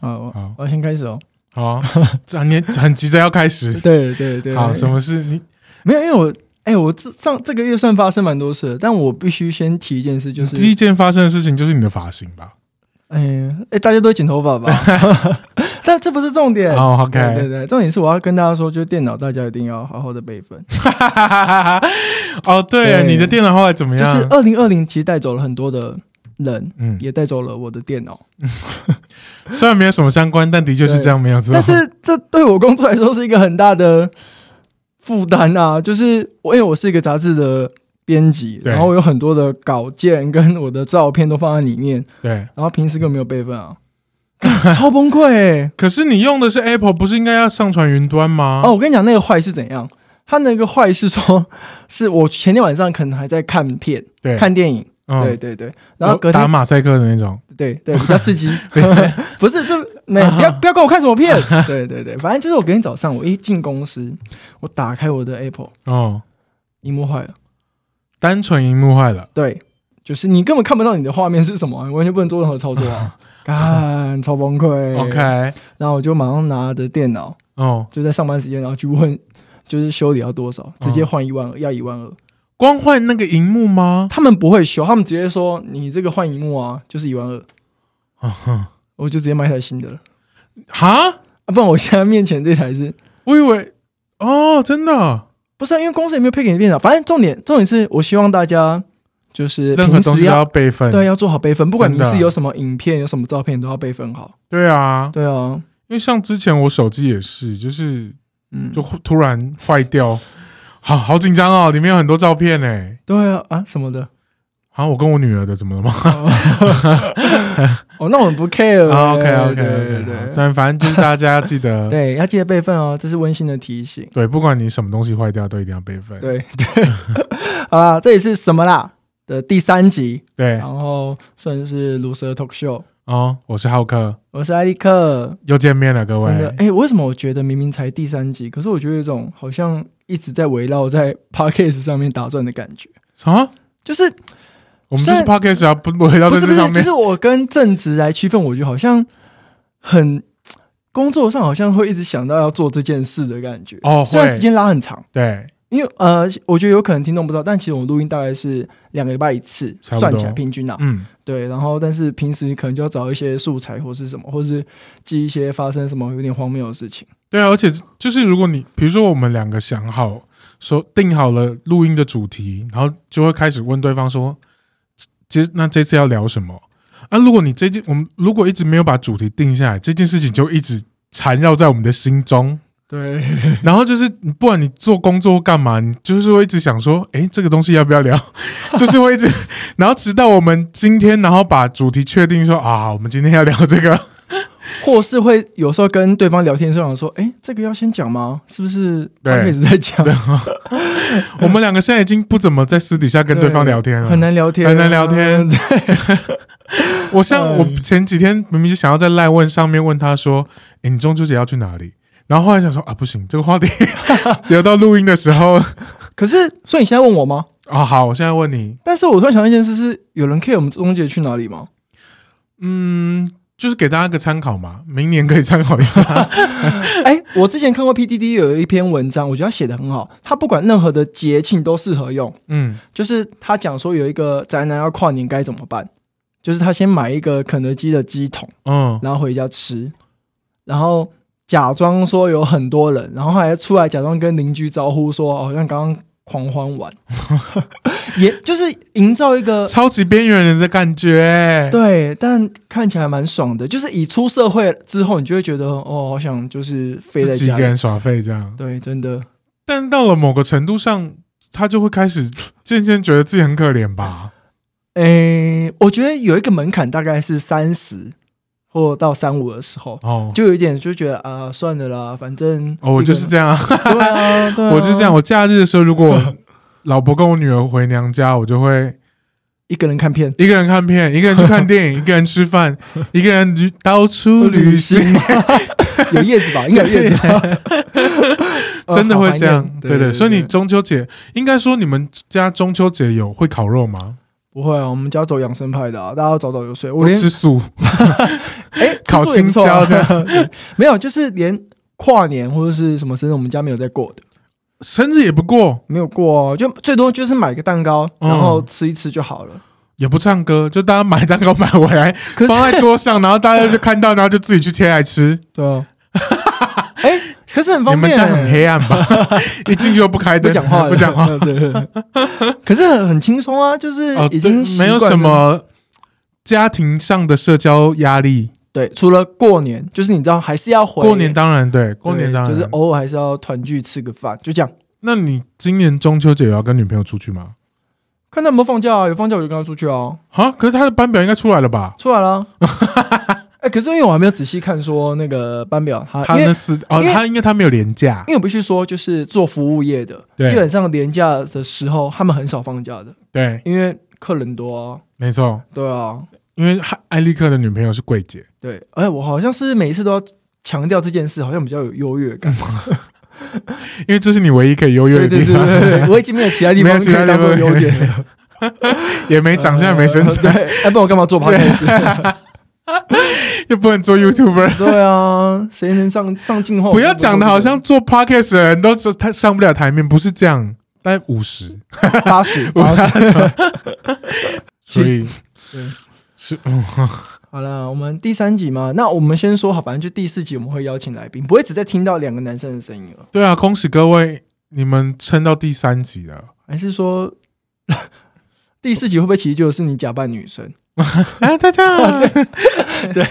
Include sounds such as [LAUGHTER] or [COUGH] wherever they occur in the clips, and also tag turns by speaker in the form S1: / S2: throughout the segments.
S1: 哦，我
S2: 好
S1: 我要先开始
S2: [LAUGHS]
S1: 哦。
S2: 好啊，这你很急着要开始。
S1: 对对对，
S2: 好，
S1: 对
S2: 什么事？你
S1: 没有，因为我哎、我这上这个月算发生蛮多事的，但我必须先提一件事，就是
S2: 嗯第一件发生的事情就是你的发型吧？
S1: 哎呀哎，大家都会剪头发
S2: [LAUGHS]
S1: 吧？ [LAUGHS] 但这不是重点。
S2: 哦，OK，
S1: 对对对，重点是我要跟大家说，就是电脑大家一定要好好的备份。
S2: [LAUGHS] 哦，对啊，
S1: 对
S2: 你的电脑后来怎么
S1: 就
S2: 样？
S1: 是二零二零其实带走了很多的人，
S2: 嗯，
S1: 也带走了我的电脑，
S2: 虽然没有什么相关，但的确是这样，没有错。
S1: [LAUGHS] 但是这对我工作来说是一个很大的负担啊！就是我因为我是一个杂志的编辑，
S2: 对
S1: 然后我有很多的稿件跟我的照片都放在里面，
S2: [LAUGHS] 对，
S1: 然后平时根本没有备份啊，干超崩溃、欸！
S2: 可是你用的是 Apple，不是应该要上传云端吗？
S1: 哦，，我跟你讲那个坏是怎样？他那个坏是说， [LAUGHS] 是我前天晚上可能还在看片、
S2: 对，
S1: 看电影，
S2: 嗯
S1: 对，对对，然后隔
S2: 打
S1: 天
S2: 马赛克的那种。
S1: 对对，比较刺
S2: [LAUGHS]
S1: 激。 [LAUGHS] 不是这没
S2: 啊
S1: 不要不要跟我看什么片。 [LAUGHS] 对对对，反正就是我隔天早上我一进公司，我打开我的 Apple，
S2: 哦，
S1: 荧幕坏了。
S2: 单纯荧幕坏了。
S1: 对，就是你根本看不到你的画面是什么啊，你完全不能做任何操作
S2: [LAUGHS]
S1: 啊，干超崩溃。
S2: OK，
S1: 然后我就马上拿着电脑，
S2: 哦，
S1: 就在上班时间，然后去问。就是修理要多少，直
S2: 嗯
S1: 接换一万二，要一万二。
S2: 光换那个荧幕吗？
S1: 他们不会修，他们直接说你这个换荧幕啊，就是一万
S2: [LAUGHS]
S1: 二，
S2: 哈，
S1: 我就直接买一台新的了。
S2: 哈
S1: 啊，不然我现在面前这台是
S2: 我以为哦，真的哦
S1: 不是、啊，因为公司也没有配给你电脑。反正重点重点是我希望大家就是
S2: 任何
S1: 平
S2: 东
S1: 时
S2: 西都
S1: 要
S2: 要备份。
S1: 对要做好备份，不管你
S2: 真的啊
S1: 是有什么影片、有什么照片，都要备份好。
S2: 对啊，
S1: 对啊，
S2: 因为像之前我手机也是，就是
S1: 嗯，
S2: 就忽突然坏掉， [LAUGHS] 好好紧张哦，里面有很多照片哎。
S1: 对啊啊什么
S2: [LAUGHS]
S1: 的。
S2: 啊，我跟我女儿的怎么了吗？
S1: [LAUGHS] 哦，那我们不 care 欸、
S2: 啊，OK OK
S1: 对
S2: OK，
S1: 对对
S2: 但反正就是大家要记
S1: [LAUGHS]
S2: 得，
S1: 对，要记得备份哦，这是温馨的提醒。
S2: 对，不管你什么东西坏掉，都一定要备份。
S1: 对对， [LAUGHS] 好啦，这里是什么啦的第三集，
S2: 对
S1: 然，后算是卢蛇 talk show，
S2: 哦，我是浩克，
S1: 我是艾利克。
S2: 又见面了，各
S1: 真的
S2: 位，。
S1: 哎、为什么我觉得明明才第三集，可是我觉得有一种好像一直在围绕在 [LAUGHS] podcast 上面打转的感觉？
S2: 什么？
S1: 就是
S2: 我们就是
S1: 虽然
S2: podcast 啊，不不回到
S1: 不
S2: 在
S1: 是不
S2: 这
S1: 是
S2: 上，
S1: 就
S2: 面
S1: 是。我跟正职来区分，我觉得好像很工作上好像会一直想到要做这件事的感觉。
S2: 哦，
S1: 虽然时
S2: 会，
S1: 间拉很长，
S2: 对，
S1: 因为呃，我觉得有可能听众不知道，但其实我录音大概是两个礼拜一次，
S2: 差不多
S1: 算起来平均啊，
S2: 嗯，
S1: 对。然后但是平时可能就要找一些素材或是什么，或是记一些发生什么有点荒谬的事情。
S2: 对啊，而且就是如果你，比如说我们两个想好说定好了录音的主题，然后就会开始问对方说，这那这次要聊什么？啊，如果你这件我们如果一直没有把主题定下来，这件事情就一直缠绕在我们的心中。
S1: 对，
S2: 然后就是，不管你做工作或干嘛，你就是会一直想说，诶，这个东西要不要聊？ [LAUGHS] 就是会一直， [LAUGHS] 然后直到我们今天，然后把主题确定说啊，我们今天要聊这个。 [LAUGHS]
S1: 或是会有时候跟对方聊天的时候想说，哎、这个要先讲吗？是不是？
S2: 对
S1: 开始在讲，
S2: 我们两个现在已经不怎么在私底下跟对方聊天了，
S1: 很。难聊天，
S2: 很难聊天
S1: 对。
S2: 我像
S1: 嗯
S2: 我前几天明明就想要在赖问上面问他说，诶，你中秋节要去哪里？然后后来想说啊，不行，这个话题 [LAUGHS] 聊到录音的时候
S1: [LAUGHS] 可是，所以你现在问我吗？
S2: 啊，好，我现在问你，
S1: 但是我突然想到一件事是，有人 care 我们中介去哪里
S2: [LAUGHS]
S1: 吗？
S2: 嗯，就是给大家个参考嘛，明年可以参考一下。
S1: [LAUGHS] 哎、我之前看过 PDD 有一篇文章，我觉得他写的很好，他不管任何的节庆都适合用。
S2: 嗯，
S1: 就是他讲说有一个宅男要跨年该怎么办，就是他先买一个肯德基的鸡桶，
S2: 嗯，
S1: 然后回家吃，然后假装说有很多人，然后还出来假装跟邻居招呼说，哦好、像刚刚狂欢完， [LAUGHS] 也就是营造一个
S2: 超级边缘人的感觉。
S1: 对，但看起来蛮爽的。就是以出社会之后，你就会觉得哦，好想就是飞在
S2: 自己一
S1: 家
S2: 个
S1: 里。
S2: 人耍废这样，
S1: 对，真的，
S2: 但到了某个程度上，他就会开始 [LAUGHS] 渐渐觉得自己很可怜吧。
S1: 诶，我觉得有一个门槛，大概是三十或到三五的时候，
S2: 哦，
S1: 就有一点就觉得啊、算了啦，反正
S2: 哦，我就是
S1: 这
S2: 这样啊， [LAUGHS]
S1: 样，对啊，对啊
S2: 我就是这样。我假日的时候，如果老婆跟我女儿回娘家，我就会
S1: 一个人看片，
S2: 一个人看片，一个人去看
S1: [LAUGHS]
S2: 电影，一个人吃饭，一个人旅到处嗯旅行，
S1: 吗？ [LAUGHS] 有叶子
S2: [LAUGHS]
S1: 吧？应该有叶子吧？ [LAUGHS] 呃
S2: 真的会
S1: 好怀念
S2: 这样。
S1: 对
S2: 对对，所以你中秋节应该说你们家中秋节有会烤肉吗？
S1: 不会啊，我们家走养生派的啊，大家要早早有睡。我
S2: 都
S1: 连
S2: 吃素，
S1: 哎，吃
S2: 烤
S1: 素也不错啊
S2: 青
S1: [LAUGHS]
S2: 椒
S1: 对没有，就是连跨年或者是什么生日，我们家没有在过的，
S2: 生日也不过，
S1: 没有过哦，就最多就是买个蛋糕，
S2: 嗯
S1: 然后吃一吃就好了。
S2: 也不唱歌，就大家买蛋糕买回来
S1: 可
S2: 放
S1: 是
S2: 在桌上，然后大家就看到，然后就自己去切来吃。
S1: 对
S2: [LAUGHS]
S1: 啊，哎，可是很
S2: 你
S1: 方
S2: 们
S1: 便
S2: 家
S1: 欸，
S2: 很黑暗
S1: [LAUGHS]
S2: 吧？一进去就不开
S1: 不
S2: 灯，
S1: 讲话，
S2: 不讲话，，
S1: [LAUGHS] 对对。对可是很很轻松啊，就是
S2: 哦，
S1: 已
S2: 对
S1: 经习
S2: 没有
S1: 惯
S2: 什
S1: 了
S2: 么家庭上的社交压力。
S1: 对，除了过年，就是你知道还是要回
S2: 过年当然对，过
S1: 对
S2: 年当然
S1: 就是偶尔还是要团聚吃个饭，就这样。
S2: 那你今年中秋节有要跟女朋友出去吗？
S1: 看他有没有放假啊？有放假我就跟他出去啊，
S2: 啊，可是她的班表应该出来了吧？
S1: 出来
S2: [LAUGHS]
S1: 了。哎、可是因为我还没有仔细看说那个班表，他
S2: 她
S1: 啊因为
S2: 那是哦，
S1: 因为
S2: 她应该她没有年假
S1: 因，为我必须说，就是做服务业的，
S2: 对
S1: 基本上年假的时候他们很少放假的，
S2: 对，
S1: 因为客人多啊。
S2: 没错，
S1: 对啊，
S2: 因为艾艾利克的女朋友是柜姐，
S1: 对，哎、我好像是每一次都要强调这件事，好像比较有优越
S2: [LAUGHS]
S1: 感。
S2: 因为这是你唯一可以优越
S1: 对
S2: 的
S1: 对
S2: 地
S1: 对
S2: 方，
S1: 对对，我已经没有其他
S2: [LAUGHS]
S1: 地方
S2: 没有
S1: 可
S2: 其他
S1: 以当做
S2: 地方
S1: 优点了。
S2: 也 [LAUGHS] 没长相，也没身材，
S1: 呃对， [LAUGHS] 哎，不然我干嘛
S2: [LAUGHS]
S1: 做 podcast？呃
S2: 又不能
S1: [LAUGHS]
S2: 做 YouTuber。
S1: 对啊，谁能上上镜后？
S2: 不要讲的好像做 podcast 的人都是他上不了台面，不是这样，大概五十，
S1: 八 [LAUGHS] 十
S2: 我
S1: 八十。
S2: 所以
S1: 对
S2: 是嗯
S1: 好了，我们第三集嘛，那我们先说好，反正就第四集我们会邀请来宾，不会只在听到两个男生的声音了，
S2: 对啊，恭喜各位，你们撑到第三集了。
S1: 还是说 [LAUGHS] 第四集会不会其实就是你假扮女生？
S2: 啊，大
S1: [LAUGHS]
S2: 家好， [LAUGHS] 对，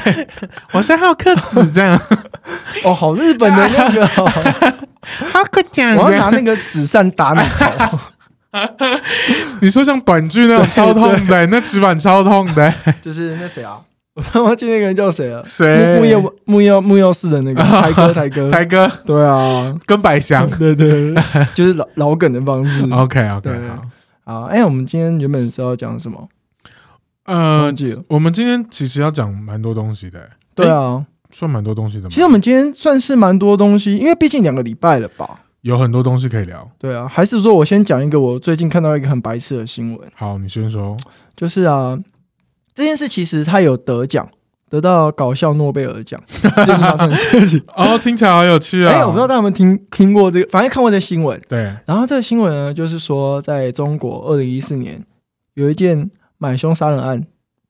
S2: 我是浩克子，这
S1: [LAUGHS]
S2: 样
S1: 哦，好日本的那
S2: [LAUGHS]
S1: 个哦、
S2: 浩克讲
S1: 我要拿那 [LAUGHS] 个纸扇打你
S2: [LAUGHS]
S1: 头，
S2: 你说像短剧那种
S1: 对
S2: 超痛的，那纸板超痛的，
S1: 就是那谁啊，我突然忘记那个人叫谁了，
S2: 谁？
S1: 木木曜木曜木曜市的
S2: [LAUGHS]
S1: 那个台哥台哥，
S2: 哎台哥
S1: 对啊，
S2: 跟百祥
S1: 对对，对就是老老梗的方
S2: [LAUGHS]
S1: 式。
S2: ，OK
S1: 嗯对
S2: OK，好，
S1: 好，哎、我们今天原本是要讲什么？
S2: 呃
S1: 忘记了，
S2: 我们今天其实要讲蛮多东西的，
S1: 对啊，
S2: 算蛮多东西的吗？
S1: 其实我们今天算是蛮多东西，因为毕竟两个礼拜了吧？
S2: 有很多东西可以聊。
S1: 对啊，还是说我先讲一个我最近看到一个很白痴的新闻，
S2: 好，你
S1: [LAUGHS]
S2: 先说。
S1: 就是啊，这件事其实他有得奖，得到搞笑诺贝尔
S2: [LAUGHS]
S1: 奖，最近发生的事情。
S2: 哦，听起来好有趣啊！
S1: 哎、我不知道大家有没有听听过这个，反正看过这个新闻。
S2: 对，
S1: 然后这个新闻呢，就是说在中国二零一四年有一件买凶杀人案，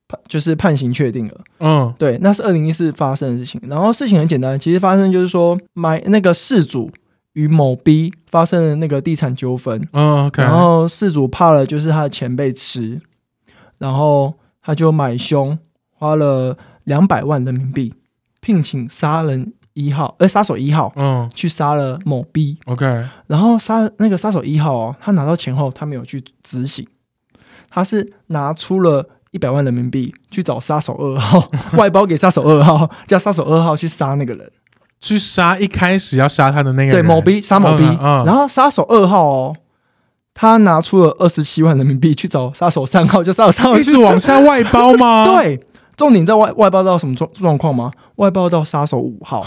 S1: 判就是判刑确定了。
S2: 嗯
S1: 对，那是二零一四发生的事情。然后事情很简单，其实发生就是说买那个事主与某 B 发生了那个地产纠纷，
S2: 嗯，OK，
S1: 然后事主怕了就是他的钱被吃，然后他就买凶，花了两百万人民币聘请杀人一号，呃，杀手一号
S2: 嗯
S1: 去杀了某 B。
S2: ，OK，
S1: 然后杀那个杀手一号哦，他拿到钱后，他没有去执行，他是拿出了一百万人民币去找杀手二号 [LAUGHS] 外包给杀手二号，叫杀手二号去杀那个人，
S2: 去杀一开始要杀他的那个
S1: 对
S2: 人，
S1: 某逼杀某逼。
S2: 嗯嗯
S1: 然后杀手二号哦，他拿出了二十七万人民币去找杀手三号，叫杀手三号
S2: 哦 [LAUGHS] 一
S1: 去
S2: 直往下外包吗？，
S1: [LAUGHS] 对。重点在外外包到什么状状况吗？外包到杀手五
S2: [LAUGHS]
S1: 号，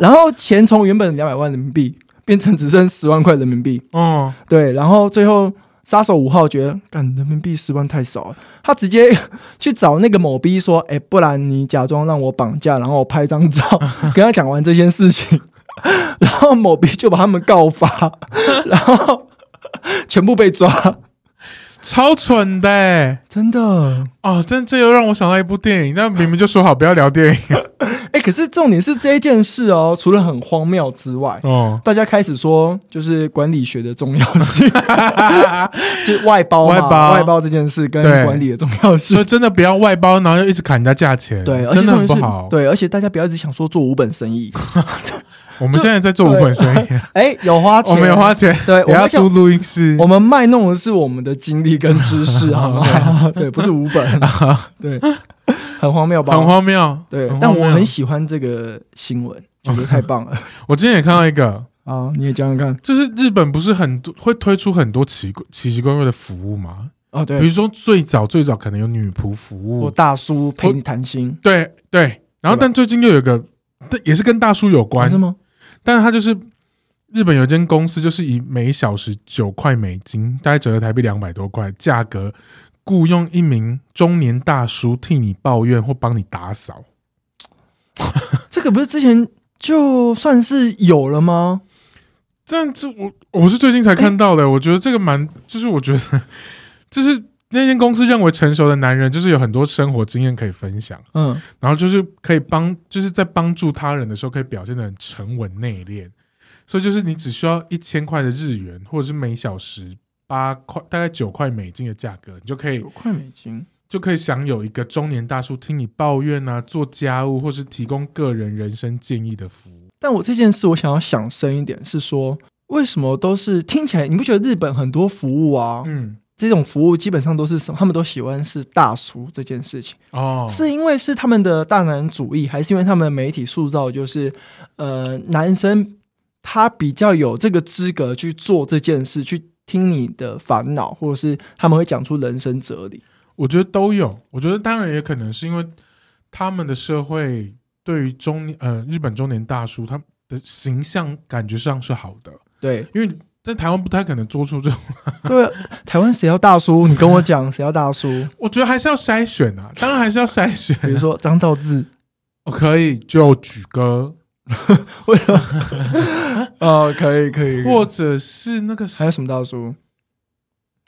S1: 然后钱从原本两百万人民币变成只剩十万块人民币，
S2: 嗯，
S1: 对，然后最后杀手五号觉得，干人民币十万太少了，他直接 [LAUGHS] 去找那个某逼说，哎、不然你假装让我绑架，然 [LAUGHS] 后我拍张照，跟他讲完这件事情，然后某逼就把他们告发，然后全部被抓，
S2: 超蠢的欸。
S1: 真的。
S2: 哦，真这又让我想到一部电影，那明明就说好不要聊电影
S1: 哎、可是重点是这一件事哦，除了很荒谬之外。
S2: 哦，
S1: 大家开始说，就是管理学的重要
S2: [LAUGHS]
S1: 性，就是外包嘛
S2: 外包
S1: 外包这件事跟
S2: 对
S1: 管理的重要性
S2: 所。以真的不要外包，然后又一直砍人家价钱，
S1: 对，而且
S2: 真的
S1: 重点
S2: 很不
S1: 是
S2: 好。
S1: 对，而且大家不要一直想说做无本生意，
S2: 我们现在在做无本生意， [LAUGHS]
S1: 哎、有花钱，
S2: 我们有花，钱，
S1: 对，我
S2: 也要
S1: 们
S2: 租
S1: 想
S2: 录音室
S1: 我。们卖弄的是我们的精力跟知
S2: [LAUGHS]
S1: 识，好 [LAUGHS] 吗？对，不是无本，对，很荒谬吧？
S2: 很荒谬，
S1: 对
S2: 很，
S1: 但
S2: 荒
S1: 我
S2: 谬
S1: 很喜欢这个新闻，觉得太棒了。 [LAUGHS]
S2: 我今天也看到一个，
S1: 好，你也讲讲看。
S2: 就是日本不是很多会推出很多奇怪奇奇怪怪的服务吗？
S1: 哦，
S2: 比如
S1: 对，
S2: 说最早最早可能有女仆服
S1: 我
S2: 务，
S1: 大叔陪你谈心，
S2: 对对。然
S1: 对吧啊
S2: 后但最近又有一个，但也是跟大叔有关
S1: 是，吗？
S2: 但是它就是日本有一间公司，就是以每小时九块美金，大概折合台币两百多块，价格雇佣一名中年大叔替你抱怨或帮你打扫。
S1: 这个不是之前就算是有了吗？
S2: 但这我我是最近才看到的，我觉得这个蛮，就是我觉得就是。那间公司认为成熟的男人就是有很多生活经验可以分享，
S1: 嗯，
S2: 然后就是可以帮，就是在帮助他人的时候可以表现得很沉稳内敛，所以就是你只需要一千块的日元，或者是每小时八块，大概九块美金的价格，你就可以
S1: 九块美金，
S2: 就可以享有一个中年大叔听你抱怨啊、做家务或是提供个人人生建议的服务。
S1: 但我这件事，我想要想深一点，是说为什么都是听起来，你不觉得日本很多服务啊，
S2: 嗯，
S1: 这种服务基本上都是什么？他们都喜欢是大叔这件事情，
S2: 哦，
S1: 是因为是他们的大男人主义，还是因为他们媒体塑造就是呃男生他比较有这个资格去做这件事，去听你的烦恼，或者是他们会讲出人生哲理？
S2: 我觉得都有。我觉得当然也可能是因为他们的社会对于中年呃日本中年大叔他们的形象感觉上是好的，
S1: 对
S2: 因为在台湾不太可能做出这种，
S1: 对，台湾谁要大叔？你跟我讲谁要大 [LAUGHS] 叔？
S2: 我觉得还是要筛选
S1: [LAUGHS]
S2: 啊，当然还是要筛选、
S1: 比如说张兆志，
S2: 我可以就举哥，
S1: 为什么？哦，可以可以。可以
S2: 或者是那个
S1: 还有什么大叔？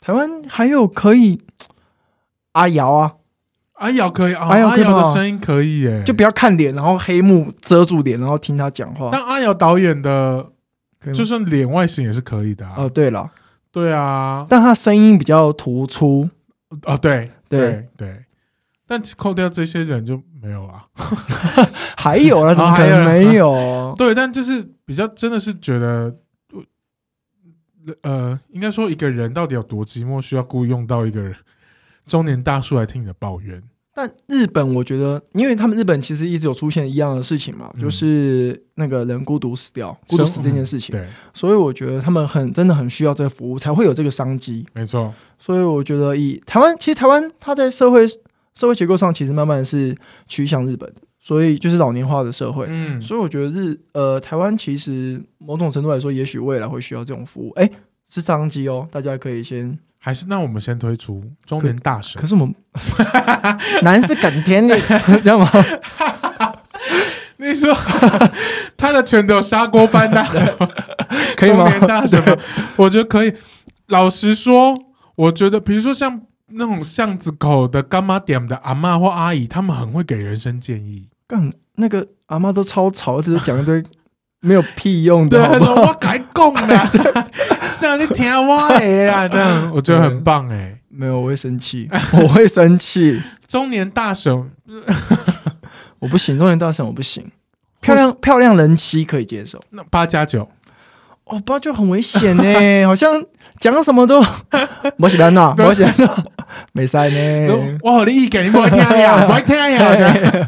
S1: 台湾还有可以阿瑶啊，
S2: 阿瑶可以啊，
S1: 阿瑶
S2: 阿
S1: 可以吧
S2: 瑶的声音可以耶，
S1: 就不要看脸，然后黑幕遮住脸，然后听他讲话。
S2: 但阿瑶导演的
S1: 可以吗
S2: 就算脸外形也是可以的、啊，
S1: 哦，对了，
S2: 对啊，
S1: 但他声音比较突出，
S2: 哦对
S1: 对
S2: 对对，但扣掉这些人就没有啊了。
S1: 还有
S2: [LAUGHS]
S1: 了，怎么
S2: 哦
S1: 可能
S2: 还有
S1: 没有？
S2: [LAUGHS] 对，但就是比较真的是觉得，呃，应该说一个人到底有多寂寞，需要雇佣到一个人中年大叔来听你的抱怨。
S1: 但日本，我觉得，因为他们日本其实一直有出现一样的事情嘛，
S2: 嗯
S1: 就是那个人孤独死掉、孤独死这件事情，
S2: 嗯对，
S1: 所以我觉得他们很真的很需要这个服务，才会有这个商机。
S2: 没错，
S1: 所以我觉得以台湾，其实台湾它在社会社会结构上，其实慢慢是趋向日本的，所以就是老年化的社会。
S2: 嗯，
S1: 所以我觉得日呃台湾其实某种程度来说，也许未来会需要这种服务，哎、是商机哦，大家可以先。
S2: 还是那我们先推出中年大神
S1: 可，是我们 [LAUGHS] 男是梗甜的，知道吗？
S2: 你说 [LAUGHS] 他的拳头砂锅般 [LAUGHS] 大的
S1: 可以吗
S2: 中？年大神吗，我觉得可以。老实说，我觉得比如说像那种巷子口的干妈点的阿嬷或阿姨，他们很会给人生建议。
S1: 干那个阿妈都超吵，只是讲一堆没有屁用的，好
S2: 他
S1: 不
S2: 说
S1: 好？
S2: 我改供 [LAUGHS] 的，像你听我的啦，这样我觉得很棒哎、
S1: 没有，我会生气，我会生气，
S2: 中年大婶
S1: 我不行，中年大神我不行。漂亮漂亮人妻可以接受，
S2: 那八加九，
S1: 哦，不然就很危险呢， [LAUGHS] 好像讲什么
S2: [LAUGHS]
S1: 都没喜欢呐，
S2: 对
S1: 没喜欢呐， [LAUGHS] 没塞呢。
S2: 我好你意见，你不爱听呀，不爱听呀这样，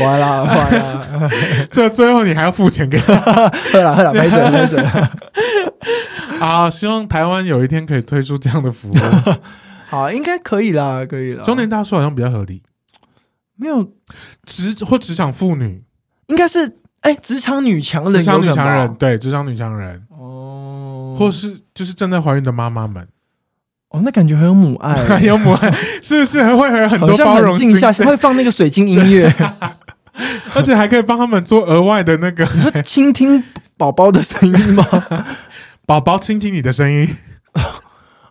S1: 完啦完啦，
S2: 这最后你还要付钱给他
S1: 喝啦喝
S2: [LAUGHS]
S1: 啦，没事没事。
S2: 啊！希望台湾有一天可以推出这样的
S1: [LAUGHS]
S2: 服务。
S1: 好，应该可以啦，可以啦。
S2: 中年大叔好像比较合理，
S1: 没有，
S2: 职或职场妇女，
S1: 应该是哎，职场女强人，
S2: 职场女
S1: 有
S2: 强
S1: 可
S2: 人，
S1: 能吧
S2: 对，职场女强人，
S1: 哦，
S2: 或是就是正在怀孕的妈妈们，
S1: 哦，那感觉很有母爱，
S2: 还有母爱，是不是会有 [LAUGHS] 很
S1: 好
S2: 多
S1: 像
S2: 包
S1: 很
S2: 容心
S1: 静？下心，会放那个水晶音乐，
S2: [LAUGHS] 而且还可以帮他们做额外的那
S1: [LAUGHS]
S2: 个
S1: 你说倾听宝宝的声音
S2: [LAUGHS]
S1: 吗？
S2: 宝宝倾听你的声音。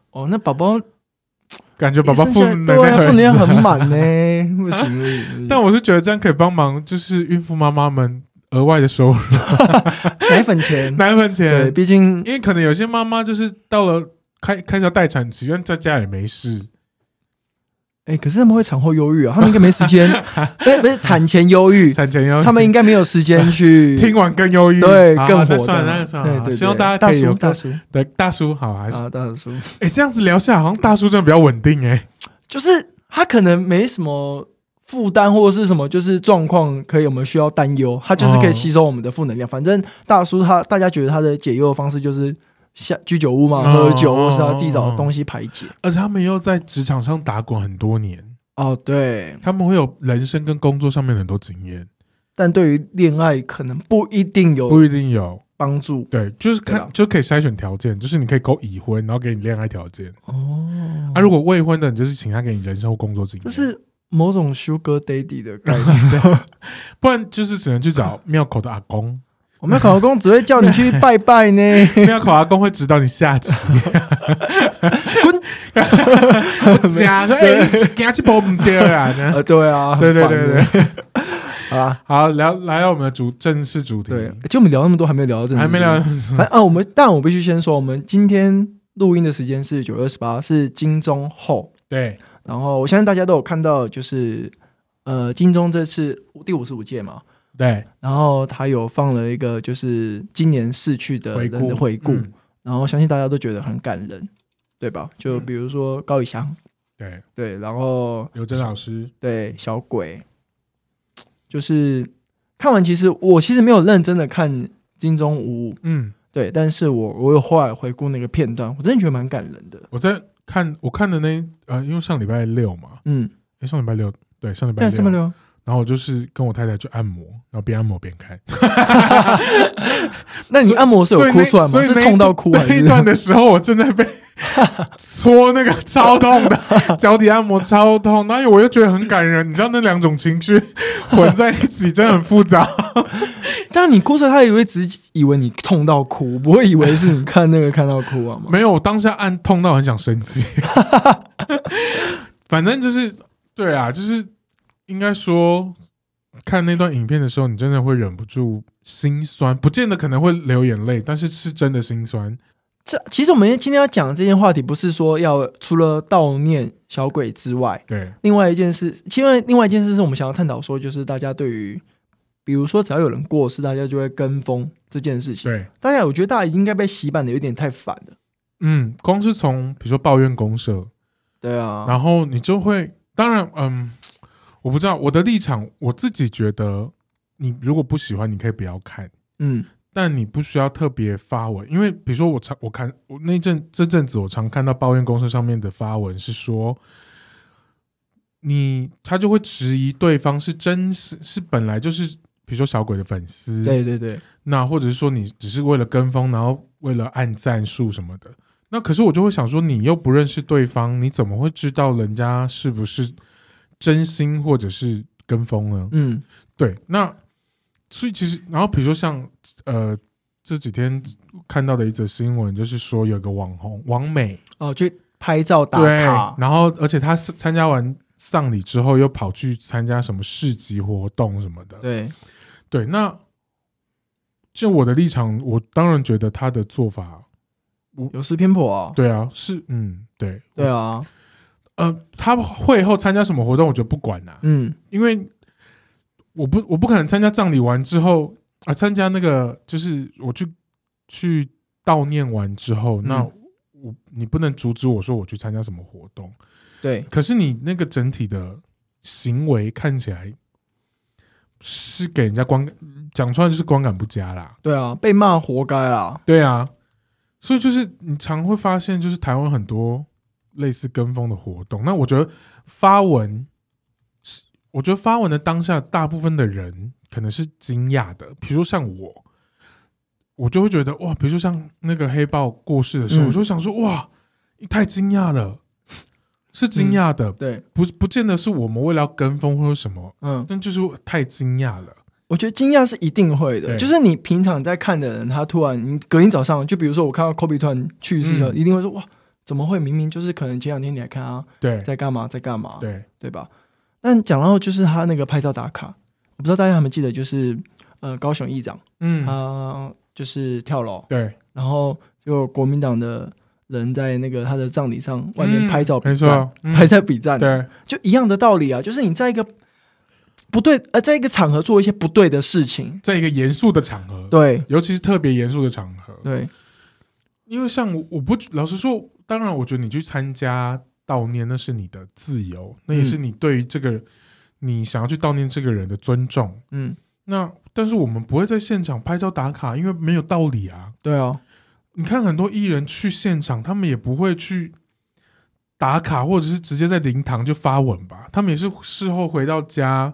S1: 哦，那宝宝
S2: 感觉宝宝
S1: 一
S2: 负
S1: 生下来
S2: 能
S1: 对啊，负能量
S2: 量
S1: 很
S2: 满。
S1: 满
S2: [LAUGHS]
S1: 呢，不行不行。
S2: 但我是觉得这样可以帮忙，就是孕妇妈妈们额外的收入，
S1: 奶粉钱，
S2: 奶粉
S1: 对，
S2: 钱。
S1: 毕竟
S2: 因为可能有些妈妈就是到了开开销待产期，但在家也没事，
S1: 哎，可是他们会产后忧郁啊，他们应该没时
S2: [LAUGHS]
S1: 间，不是不是产前忧郁，
S2: 产前要
S1: 他们应该没有时间去
S2: [LAUGHS] 听完更忧郁，
S1: 对
S2: 好
S1: 更
S2: 那
S1: 火
S2: 算
S1: 的
S2: 了，那
S1: 嘛，
S2: 算
S1: 对
S2: 了。好
S1: 对对，
S2: 希望大家
S1: 大
S2: 可以有
S1: 叔大
S2: 更
S1: 叔
S2: 对大叔好，还是
S1: 啊大叔，
S2: 哎这样子聊下来，好像大叔真的比较稳定哎。
S1: 就是他可能没什么。负担或者是什么，就是状况可以我们需要担忧，它就是
S2: 哦
S1: 可以吸收我们的负能量。反正大叔他大家觉得他的解忧的方式就是下居酒屋嘛，
S2: 哦
S1: 喝酒或是他自己
S2: 哦哦
S1: 找
S2: 哦
S1: 东西排解。
S2: 而且他们要在职场上打滚很多年，
S1: 哦，对，
S2: 他们会有人生跟工作上面很多经验，
S1: 但对于恋爱可能不一定有
S2: 不一定有。
S1: 帮助
S2: 对，就是看、
S1: 哦对啊
S2: 就可以筛选条件，就是你可以勾已婚，然后给你恋爱条件。
S1: 哦
S2: 啊，如果未婚的，你就是请他给你人生或工作经验。
S1: 这是某种 Sugar Daddy 的概念。 [LAUGHS]
S2: 不然就是只能去找庙口的阿公，
S1: 我们考公只会叫你去拜拜呢，
S2: 庙口阿公会指导你下棋。 [LAUGHS] 滚！假说哎，给他去跑不掉啊！
S1: [LAUGHS]
S2: 这
S1: [LAUGHS]
S2: 样
S1: 呃，对啊，
S2: 对对
S1: 很烦
S2: 对
S1: 的
S2: 对，，
S1: 好啦，
S2: 好，聊来到我们的主正式主题，
S1: 对，诶就我们聊那么多，还没有聊到正，
S2: 还没聊。
S1: 反啊，我们但我必须先说，我们今天录音的时间是九月二十八，是金钟后。
S2: 对
S1: 然后我相信大家都有看到，就是呃，金钟这次第五十五届嘛，
S2: 对
S1: 然后他有放了一个就是今年逝去的
S2: 回
S1: 人
S2: 顾
S1: 的回顾，
S2: 嗯
S1: 然后相信大家都觉得很感人，对吧？就比如说高以翔，
S2: 对
S1: 对，然后
S2: 刘真老师，
S1: 对小鬼，就是看完，其实我其实没有认真的看金钟五五，
S2: 嗯，
S1: 对，但是我我有后来回顾那个片段，我真的觉得蛮感人的。
S2: 我在看我看的那呃，因为上礼拜六嘛，
S1: 嗯，
S2: 哎，上礼拜六对上礼拜
S1: 对，啊这么
S2: 六，
S1: 溜，
S2: 然后我就是跟我太太去按摩，然后边按摩边看，
S1: 那你按摩是有
S2: 所以
S1: 哭
S2: 那
S1: 出来吗？
S2: 所以
S1: 是
S2: 那
S1: 痛到哭还
S2: 那一
S1: 是？
S2: 段的时候，我正在
S1: [LAUGHS]
S2: 被搓那个超痛的 [LAUGHS] 脚底按摩，超痛。然后我又觉得很感人，你知道那两种情绪混在一起，真的很复杂。
S1: 但你哭出来，他以为只以为你痛到哭，不会以为是你看那个看到哭
S2: [LAUGHS]
S1: 啊吗？
S2: 没有，我当下按痛到很想生气。 [LAUGHS] 反正就是，对啊，就是应该说，看那段影片的时候，你真的会忍不住心酸，不见得可能会流眼泪，但是是真的心酸。
S1: 这其实我们今天要讲的这件话题，不是说要除了悼念小鬼之外，
S2: 对，
S1: 另外一件事，因为另外一件事是我们想要探讨说，就是大家对于，比如说只要有人过世，大家就会跟风这件事情。
S2: 对，
S1: 大家我觉得大家应该被洗版的有点太烦了。
S2: 嗯，光是从比如说抱怨公社，
S1: 对啊，
S2: 然后你就会，当然，嗯，我不知道我的立场，我自己觉得，你如果不喜欢，你可以不要看，
S1: 嗯，
S2: 但你不需要特别发文，因为比如说我常我看我那阵这阵子我常看到抱怨公社上面的发文是说，你他就会质疑对方是真是是本来就是，比如说小鬼的粉丝，
S1: 对对对，
S2: 那或者是说你只是为了跟风，然后为了按赞数什么的。那可是我就会想说，你又不认识对方，你怎么会知道人家是不是真心或者是跟风呢？
S1: 嗯，
S2: 对，那所以其实，然后比如说像呃这几天看到的一则新闻，就是说有个网红王美
S1: 哦，去拍照打
S2: 对
S1: 卡，，
S2: 然后而且她是参加完丧礼之后，又跑去参加什么市集活动什么的，
S1: 对，
S2: 对，那就我的立场，我当然觉得他的做法，
S1: 有失偏颇啊。
S2: 对啊，是嗯，对，
S1: 对啊，
S2: 呃，他会后参加什么活动，我觉得不管啦、
S1: 嗯，
S2: 因为我不我不可能参加葬礼完之后啊、参加那个就是我去去悼念完之后，那
S1: 嗯
S2: 我你不能阻止我说我去参加什么活动，
S1: 对，
S2: 可是你那个整体的行为看起来是给人家观感讲出来就是观感不佳啦。
S1: 对啊，被骂活该啊。
S2: 对啊，所以就是你常会发现，就是台湾很多类似跟风的活动。那我觉得发文是，我觉得发文的当下，大部分的人可能是惊讶的，比如说像我，我就会觉得哇，比如说像那个黑豹过世的时
S1: 嗯
S2: 候，我就会想说哇，你太惊讶了。是惊讶的，
S1: 对，
S2: 不是不见得是我们为了要跟风或者什么，
S1: 嗯，
S2: 但就是太惊讶了。
S1: 我觉得惊讶是一定会的，
S2: 对
S1: 就是你平常在看的人，他突然你隔天早上，就比如说我看到 Kobe 突然去世的时候，
S2: 嗯
S1: 一定会说哇，怎么会？明明就是可能前两天你还看他
S2: 对
S1: 在干嘛，在干嘛，
S2: 对，
S1: 对吧？但讲到就是他那个拍照打卡，我不知道大家还没记得，就是呃高雄议长
S2: 嗯，
S1: 他就是跳楼，
S2: 对，
S1: 然后就国民党的人在那个他的葬礼上外面拍照
S2: 嗯没
S1: 比赞，
S2: 错，嗯
S1: 拍照比赞，
S2: 对，
S1: 就一样的道理啊，就是你在一个不对呃，在一个场合做一些不对的事情，
S2: 在一个严肃的场合，
S1: 对
S2: 尤其是特别严肃的场合，
S1: 对，
S2: 因为像我，我不老实说，当
S1: 嗯
S2: 然，我觉得你去参加悼念，那是你的自由，那也是你对于这个、你想要去悼念这个人的尊重。
S1: 嗯，
S2: 那但是我们不会在现场拍照打卡，因为没有道理啊。
S1: 对啊，
S2: 你看很多艺人去现场，他们也不会去打卡，或者是直接在灵堂就发文吧。他们也是事后回到家，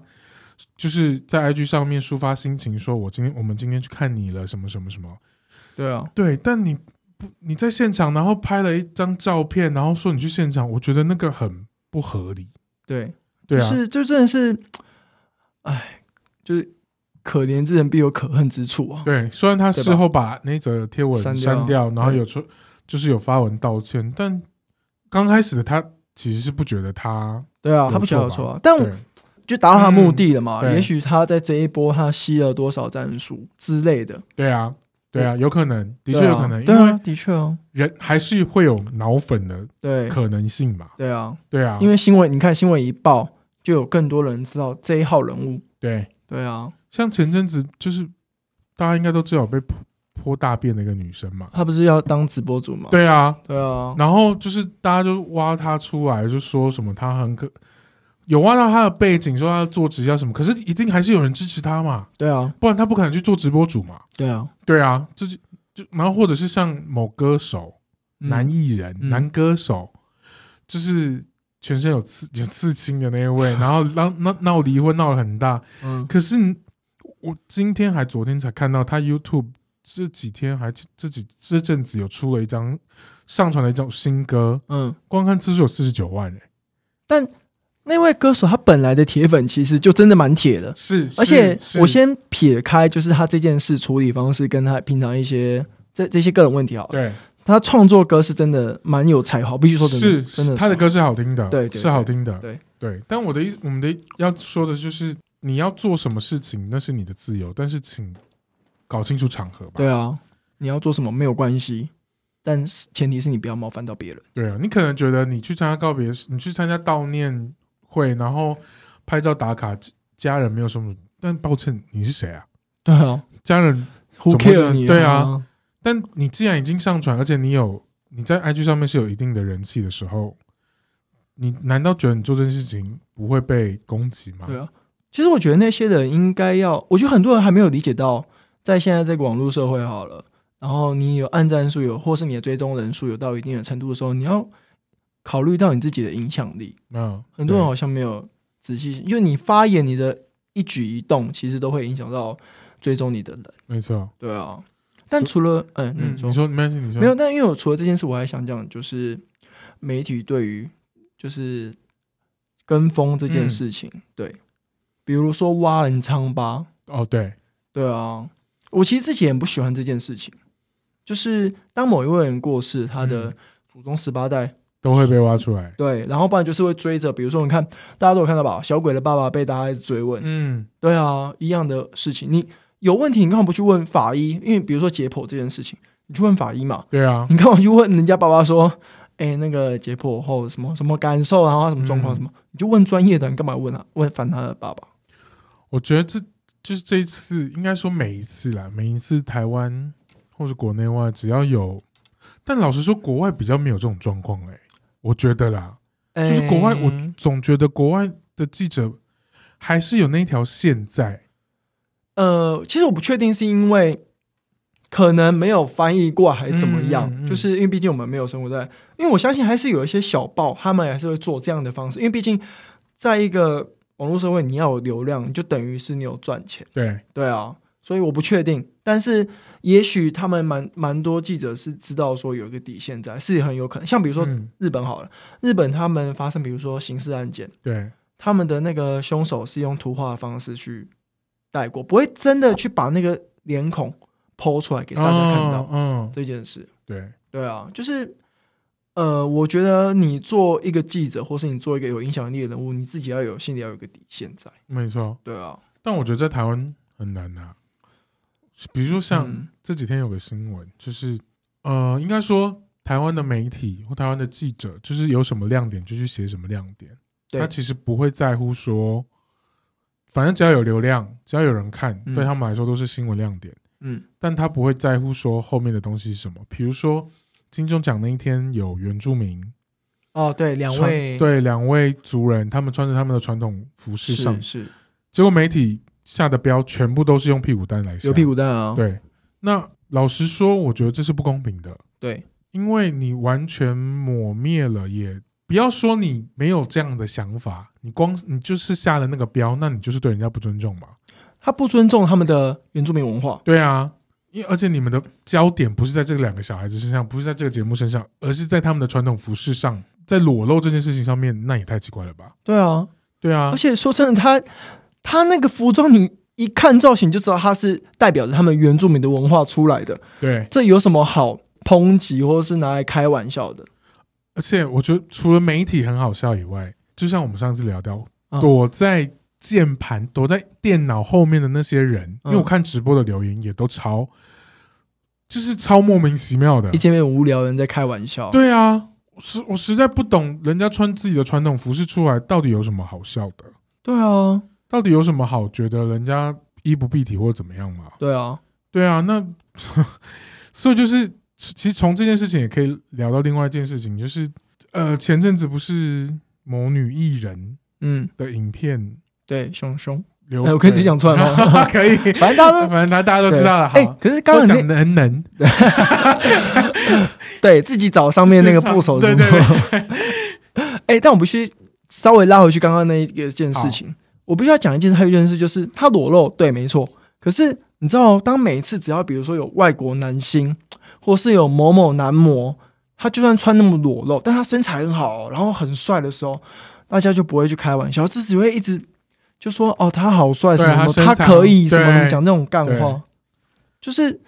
S2: 就是在 IG 上面抒发心情，说我今天我们今天去看你了，什么什么什么。
S1: 对啊，
S2: 对，但你不你在现场，然后拍了一张照片，然后说你去现场，我觉得那个很不合理。
S1: 对，
S2: 对啊，
S1: 就是就真的是，哎，就是可怜之人必有可恨之处啊。
S2: 对，虽然他
S1: 对
S2: 事
S1: 吧
S2: 后把那则贴文
S1: 删
S2: 删
S1: 掉
S2: 掉，然后
S1: 对
S2: 有出就是有发文道歉，但刚开始的他其实是不觉得他
S1: 对啊，
S2: 有
S1: 他不晓得有
S2: 错
S1: 错
S2: 吧
S1: 啊，但我
S2: 对
S1: 就达到他目的了嘛。
S2: 嗯对
S1: 也许他在这一波他吸了多少战术之类的，
S2: 对啊，对啊，有可能，的确
S1: 对啊
S2: 有可能，
S1: 对
S2: 因
S1: 啊，
S2: 为
S1: 的确哦，
S2: 人还是会有脑粉的
S1: 对
S2: 可能性嘛。
S1: 对啊，
S2: 对啊，
S1: 因为新闻你看新闻一报，就有更多人知道这一号人物。
S2: 对，
S1: 对啊，
S2: 像前阵子就是大家应该都知道有被泼泼大便的一个女生嘛。
S1: 他不是要当直播主吗？
S2: 对啊，
S1: 对啊，
S2: 然后就是大家就挖他出来，就说什么他很可有挖到他的背景，说他做直销什么，可是一定还是有人支持他嘛，
S1: 对啊，
S2: 不然他不可能去做直播主嘛。
S1: 对啊，
S2: 对啊，就是就然后或者是像某歌手、
S1: 嗯
S2: 男艺人、
S1: 嗯
S2: 男歌手，就是全身有刺有刺青的那一位，
S1: [LAUGHS]
S2: 然后闹闹闹离婚闹得很大，
S1: 嗯，
S2: 可是你我今天还昨天才看到他 YouTube 这几天还这几这阵子有出了一张上传了一张新歌，
S1: 嗯，
S2: 光看次数有四十九万人，
S1: 那位歌手他本来的铁粉其实就真的蛮铁的，
S2: 是，
S1: 而且
S2: 是
S1: 我先撇开就是他这件事处理方式跟他平常一些这这些个人问题好了，
S2: 对，
S1: 他创作歌是真的蛮有才华，必须说真的，
S2: 是
S1: 真的
S2: 是他的歌是好听的，
S1: 对对
S2: 是好听的，
S1: 对
S2: 对。但我的意思，我们的要说的就是你要做什么事情那是你的自由，但是请搞清楚场合吧。
S1: 对啊，你要做什么没有关系，但是前提是你不要冒犯到别人。
S2: 对啊，你可能觉得你去参加告别式，你去参加悼念会，然后拍照打卡，家家人没有什么，但抱歉，你是谁啊？
S1: 对啊
S2: 家人，
S1: ，Who
S2: 怎么会
S1: care 你、
S2: 对啊
S1: 啊，
S2: 但你既然已经上传，而且你有你在 IG 上面是有一定的人气的时候，你难道觉得你做这件事情不会被攻击吗？
S1: 对啊。其实我觉得那些人应该要，我觉得很多人还没有理解到，在现在这个网络社会好了，然后你有按赞数有，或是你的追踪人数有到一定的程度的时候，你要考虑到你自己的影响力。
S2: 嗯，
S1: 很多人
S2: 对
S1: 好像没有仔细，因为你发言你的一举一动，其实都会影响到追踪你的人。
S2: 没错。
S1: 对啊，但除了嗯，
S2: 嗯，
S1: 嗯
S2: 你说没关系，你说
S1: 没有，但因为我除了这件事，我还想讲，就是媒体对于就是跟风这
S2: 嗯
S1: 件事情，对，比如说挖人疮疤，
S2: 哦，对，
S1: 对啊，我其实之前也不喜欢这件事情，就是当某一位人过世，他的
S2: 嗯
S1: 祖宗十八代，
S2: 都会被挖出来。
S1: 对，然后不然就是会追着，比如说你看，大家都有看到吧，小鬼的爸爸被大家一直追问，
S2: 嗯，
S1: 对啊，一样的事情，你有问题，你干嘛不去问法医？因为比如说解剖这件事情，你去问法医嘛，
S2: 对啊，
S1: 你干嘛去问人家爸爸说，哎、那个解剖后什么什么感受啊，然后什么状况
S2: 嗯
S1: 什么？你就问专业的人，你干嘛问啊？问烦他的爸爸？
S2: 我觉得这就是这一次，应该说每一次啦，每一次台湾或者国内外，只要有，但老实说，国外比较没有这种状况哎、我觉得啦，就是国外，
S1: 诶
S2: 我总觉得国外的记者还是有那条线在，
S1: 呃，其实我不确定是因为可能没有翻译过来还是怎么样，
S2: 嗯嗯嗯
S1: 就是因为毕竟我们没有生活在，因为我相信还是有一些小报，他们还是会做这样的方式，因为毕竟在一个网络社会，你要有流量，你就等于是你有赚钱，
S2: 对，
S1: 对啊，所以我不确定，但是也许他们蛮蛮多记者是知道说有一个底线在，是很有可能，像比如说
S2: 嗯、
S1: 日本好了，日本他们发生比如说刑事案件。
S2: 对，
S1: 他们的那个凶手是用图画的方式去带过，不会真的去把那个脸孔剖出来给大家看到、
S2: 嗯、嗯
S1: 这件事。
S2: 对，
S1: 对啊，就是呃，我觉得你做一个记者，或是你做一个有影响力的人物，你自己要有心里要有个底线在。
S2: 没错。
S1: 对啊，
S2: 但我觉得在台湾很难啊，比如说像
S1: 嗯
S2: 这几天有个新闻，就是呃，应该说台湾的媒体或台湾的记者，就是有什么亮点就去写什么亮点，
S1: 对
S2: 他其实不会在乎说，反正只要有流量，只要有人看，
S1: 嗯
S2: 对他们来说都是新闻亮点，
S1: 嗯
S2: 但他不会在乎说后面的东西是什么。比如说金钟奖那一天有原住民
S1: 哦，对，两
S2: 传
S1: 位
S2: 对两位族人，他们穿着他们的传统服饰
S1: 是
S2: 上
S1: 是，是
S2: 结果媒体下的标全部都是用屁股蛋来下，
S1: 有屁股蛋啊，
S2: 对。那老实说，我觉得这是不公平的，
S1: 对
S2: 因为你完全抹灭了，也不要说你没有这样的想法，你光你就是下了那个标，那你就是对人家不尊重嘛。
S1: 他不尊重他们的原住民文化，
S2: 对啊，因而且你们的焦点不是在这两个小孩子身上，不是在这个节目身上，而是在他们的传统服饰上，在裸露这件事情上面，那也太奇怪了吧？
S1: 对啊，
S2: 对啊
S1: 而，且说真的，他他那个服装，你一看造型就知道他是代表着他们原住民的文化出来的，
S2: 对，
S1: 这有什么好抨击或者是拿来开玩笑的？
S2: 啊而且我觉得除了媒体很好笑以外，就像我们上次聊到，
S1: 嗯
S2: 躲在键盘、躲在电脑后面的那些人，
S1: 嗯
S2: 因为我看直播的留言也都超，就是超莫名其妙的
S1: 一。见面无聊的人在开玩笑，
S2: 对啊，我实我实在不懂，人家穿自己的传统服饰出来，到底有什么好笑的？
S1: 对啊，
S2: 到底有什么好觉得人家衣不蔽体或者怎么样嘛？
S1: 对啊，
S2: 对啊，那所以就是，其实从这件事情也可以聊到另外一件事情，就是呃，前阵子不是某女艺人
S1: 嗯，
S2: 的影片
S1: 对，熊熊，
S2: 流，
S1: 哎我可以自己讲出来吗？
S2: [LAUGHS] 可
S1: [LAUGHS]
S2: 以，
S1: 反正大家
S2: 反
S1: 都。
S2: 正大大家都知道了。
S1: 哎、
S2: 好，
S1: 可是刚
S2: 都
S1: 刚
S2: 讲
S1: 那
S2: 的很能，
S1: 对自己找上面那个部首
S2: 对
S1: 是吗？
S2: 对
S1: [LAUGHS]
S2: 对，
S1: 哎、但我必须稍微拉回去刚刚那一个件事情，我必须要讲一件，还有一件事就是他裸露，对，没错。可是你知道，当每次只要比如说有外国男星，或是有某某男模，他就算穿那么裸露，但他身材很好哦，然后很帅的时候，大家就不会去开玩笑，这只会一直就说哦，他好帅什
S2: 对啊
S1: 么什么，
S2: 他
S1: 他
S2: 身材
S1: 可以什
S2: 对
S1: 么什么讲这种干
S2: 对
S1: 话，就是。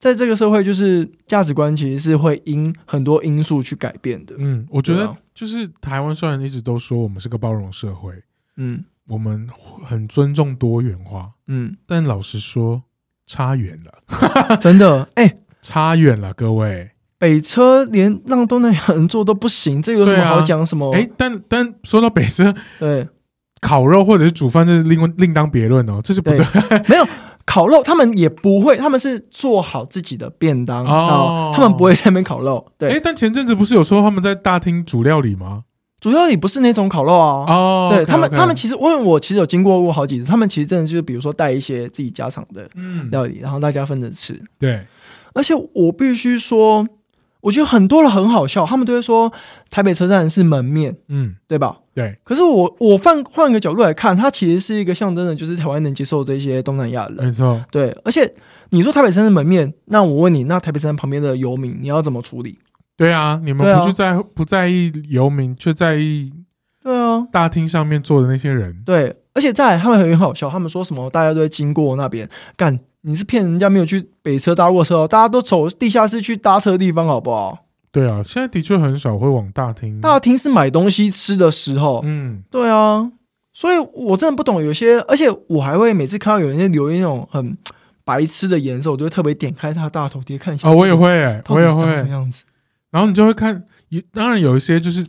S1: 在这个社会，就是价值观其实是会因很多因素去改变的。
S2: 嗯，我觉
S1: 对
S2: 得
S1: 啊
S2: 就是台湾虽然一直都说我们是个包容社会，
S1: 嗯
S2: 我们很尊重多元化，
S1: 嗯，
S2: 但老实说，差远了，
S1: 真的，哎、
S2: 差远了，各位。
S1: 北车连让东南亚人做都不行，这有什
S2: 对
S1: 么
S2: 啊
S1: 好讲什么？
S2: 哎、但但说到北车
S1: 对 [LAUGHS]
S2: 烤肉或者是煮饭，这是另外另当别论哦，这是不对
S1: 对，
S2: [LAUGHS]
S1: 没有烤肉，他们也不会，他们是做好自己的便当，
S2: 哦
S1: 到他们不会在那边烤肉。
S2: 哎、
S1: 对，
S2: 但前阵子不是有说他们在大厅煮料理吗？
S1: 主要也不是那种烤肉啊。
S2: 哦，
S1: 对
S2: OK，
S1: 他们
S2: OK
S1: 他们其实，因为我其实有经过过好几次，他们其实真的就是，比如说带一些自己家常的 [LAUGHS]
S2: 嗯，
S1: 料理，然后大家分着吃。
S2: 对，
S1: 而且我必须说，我觉得很多人很好笑，他们都会说台北车站是门面，
S2: 嗯，
S1: 对吧？
S2: 对，
S1: 可是我我换换个角度来看，它其实是一个象征的，就是台湾能接受这些东南亚人。
S2: 没错，
S1: 对，而且你说台北山的门面，那我问你，那台北山旁边的游民，你要怎么处理？
S2: 对啊，你
S1: 对
S2: 们
S1: 啊
S2: 不去在、不在意游民，却在意
S1: 对啊，
S2: 大厅上面坐的那些人，
S1: 对，而且再来他们很好笑，他们说什么大家都会经过那边，干你是骗人家没有去北车搭过车哦，大家都走地下室去搭车的地方好不好？
S2: 对啊，现在的确很少会往大厅，
S1: 大厅是买东西吃的时候，
S2: 嗯，
S1: 对啊，所以我真的不懂有些，而且我还会每次看到有人留言那种很白痴的颜色，我就会特别点开他的大头贴看一下。
S2: 哦，我也，会、欸，
S1: 到
S2: 我
S1: 底
S2: 也
S1: 是
S2: 会
S1: 长什，么样子？
S2: 然后你就会看，也当然有一些就是，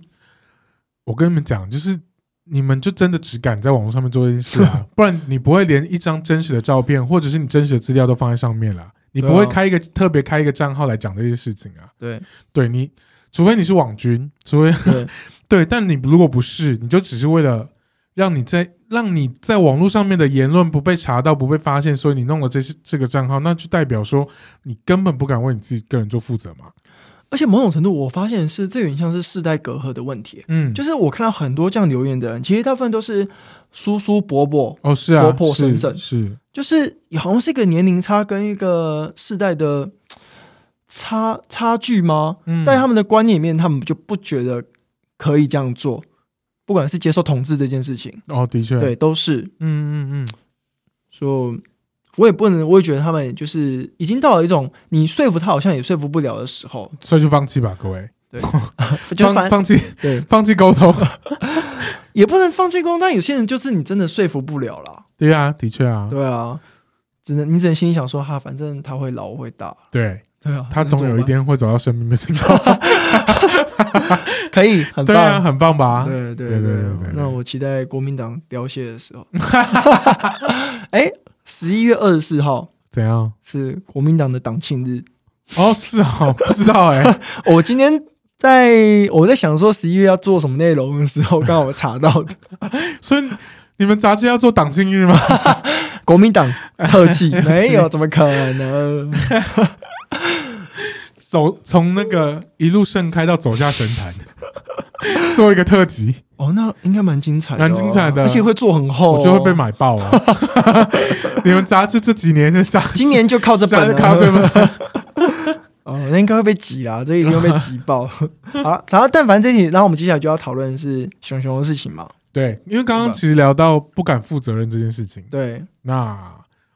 S2: 我跟你们讲，就是你们就真的只敢在网络上面做这件
S1: [LAUGHS]
S2: 事啊，不然你不会连一张真实的照片或者是你真实的资料都放在上面啦，你不会
S1: 对啊
S2: 开一个、特别开一个账号来讲这些事情啊。
S1: 对
S2: 对你，除非你是网军，除非
S1: 对 [LAUGHS]
S2: 对，但你如果不是，你就只是为了让你在让你在网络上面的言论不被查到、不被发现，所以你弄了这些这个账号，那就代表说你根本不敢为你自己个人做负责嘛。
S1: 而且某种程度，我发现是这有点像是世代隔阂的问题。
S2: 嗯，
S1: 就是我看到很多这样留言的人，其实大部分都是叔叔伯伯，
S2: 哦，是啊，
S1: 婆婆
S2: 是
S1: 婶婶
S2: 是，
S1: 就是好像是一个年龄差跟一个世代的嘖差差距吗？
S2: 嗯，
S1: 在他们的观念里面，他们就不觉得可以这样做，不管是接受统治这件事情。
S2: 哦，的确，
S1: 对，都是。
S2: 嗯，嗯嗯
S1: 所以我也不能，我也觉得他们就是已经到了一种你说服他好像也说服不了的时候，
S2: 嗯，所以就放弃吧，各位，
S1: 就
S2: 放
S1: 反
S2: 放弃 [LAUGHS]
S1: 对，
S2: 放弃沟通， [LAUGHS]
S1: 也不能放弃工。但有些人就是你真的说服不了啦，
S2: 对啊，的确啊，
S1: 对啊，只能你只能心里想说哈，反正他会老，我会大，
S2: 对
S1: 对啊，
S2: 他
S1: 能怎
S2: 总
S1: 么
S2: 有一
S1: 办
S2: 天会走到生命的尽头，
S1: 可以很
S2: 对啊，
S1: 棒。
S2: 很棒吧？
S1: 对对
S2: 对对
S1: 对
S2: 对对
S1: 那我期待国民党凋谢的时候。 [LAUGHS] 哎，十一月二十四号
S2: 怎样？
S1: 是国民党的党庆日，
S2: [LAUGHS] 哦，是哦，不知道哎，
S1: 我今天在我在想说十一月要做什么内容的时候，刚好我查到
S2: [LAUGHS]
S1: 的
S2: 所以你们杂志要做党庆日吗？ [LAUGHS]
S1: 国民党特气没有，怎么可能？
S2: 走从那个一路盛开到走下神坛， [LAUGHS] 做一个特辑，
S1: 哦，那应该蛮精彩的哦、
S2: 蛮精彩的
S1: 而且会做很厚、哦，
S2: 我就会被。买爆啊！ [LAUGHS] 你们杂志这几年的杂
S1: 今年就靠这
S2: [LAUGHS]
S1: 本了，啊
S2: 啊靠这本
S1: 哦，那应该会被挤啦，这一定会被挤
S2: [LAUGHS]
S1: 爆。好，然后但凡这题，然后我们接下来就要讨论的是熊熊的事情嘛。
S2: 对，因为刚刚其实聊到不敢负责任这件事情，
S1: 对，
S2: 那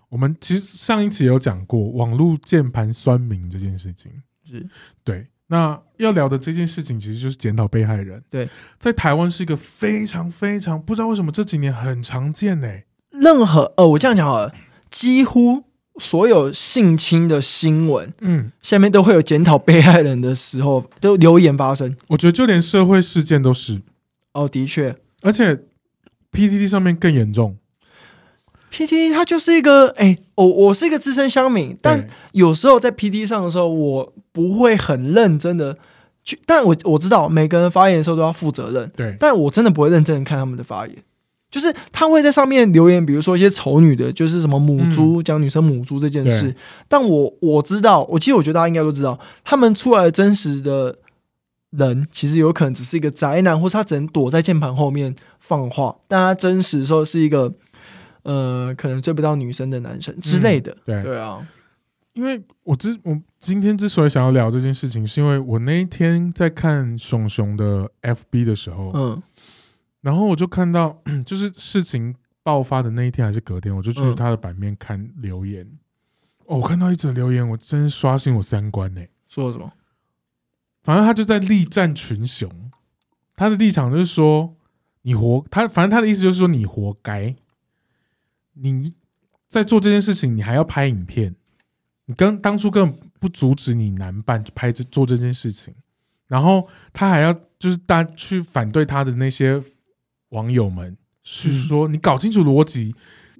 S2: 我们其实上一期有讲过网络键盘酸民这件事情，
S1: 是
S2: 对。那要聊的这件事情，其实就是检讨被害人。
S1: 对，
S2: 在台湾是一个非常非常不知道为什么这几年很常见呢、
S1: 任何呃，我这样讲好了，几乎所有性侵的新闻
S2: 嗯，
S1: 下面都会有检讨被害人的时候，都留言发生。
S2: 我觉得就连社会事件都是，
S1: 哦，的确
S2: 而且 PTT 上面更严重。
S1: ，PT 它就是一个，哎、我我是一个资深乡民，但
S2: 对
S1: 有时候在 PT 上的时候，我不会很认真的去，但我我知道每个人发言的时候都要负责任，
S2: 对
S1: 但我真的不会认真的看他们的发言。就是他会在上面留言，比如说一些丑女的，就是什么母猪，讲、女生母猪这件事
S2: 嗯对。
S1: 但我我知道，我其实我觉得大家应该都知道，他们出来的真实的人，其实有可能只是一个宅男，或是他只能躲在键盘后面放话，但他真实的时候是一个呃，可能追不到女生的男生之类的。
S2: 嗯对，
S1: 对啊，
S2: 因为我之我今天之所以想要聊这件事情，是因为我那一天在看熊熊的 FB 的时候，
S1: 嗯
S2: 然后我就看到 [CLEARS THROAT] 就是事情爆发的那一天还是隔天，我就去
S1: 嗯
S2: 他的版面看留言。哦，我看到一则留言，我真是刷新我三观呢、
S1: 说什么？
S2: 反正他就在力战群雄，他的立场就是说，你活他，反正他的意思就是说你活该，你在做这件事情，你还要拍影片，你跟当初根本不阻止你男伴拍这做这件事情，然后他还要就是大家去反对他的那些网友们，是说、你搞清楚逻辑，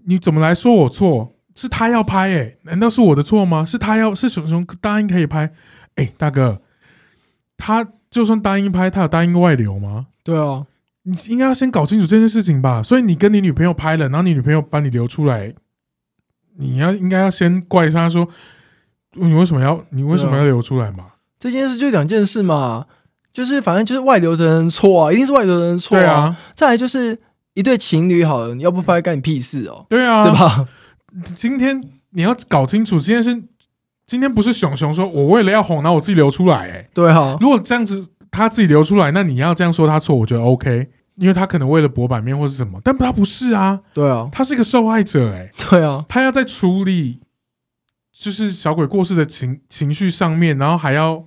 S2: 你怎么来说我错？是他要拍诶、难道是我的错吗？是他要是熊熊答应可以拍，哎、大哥，他就算答应拍，他有答应外流吗？
S1: 对啊，
S2: 你应该要先搞清楚这件事情吧。所以你跟你女朋友拍了，然后你女朋友把你流出来，你要应该要先怪他说，你为什么要你为什
S1: 啊
S2: 么要流出来嘛？
S1: 这件事就两件事嘛，就是反正就是外流的人错啊，一定是外流的人错
S2: 对啊，
S1: 再来就是一对情侣好了，你要不拍干你屁事哦，
S2: 对啊，
S1: 对？吧？ [LAUGHS]
S2: 今天你要搞清楚，今天是今天不是熊熊说我为了要哄，然后我自己流出来、欸，
S1: 对啊，
S2: 如果这样子他自己流出来，那你要这样说他错，我觉得 OK，因为他可能为了博版面或是什么，但他不是啊，
S1: 对啊，
S2: 他是一个受害者、欸，
S1: 对啊，
S2: 他要在处理就是小鬼过世的情情绪上面，然后还要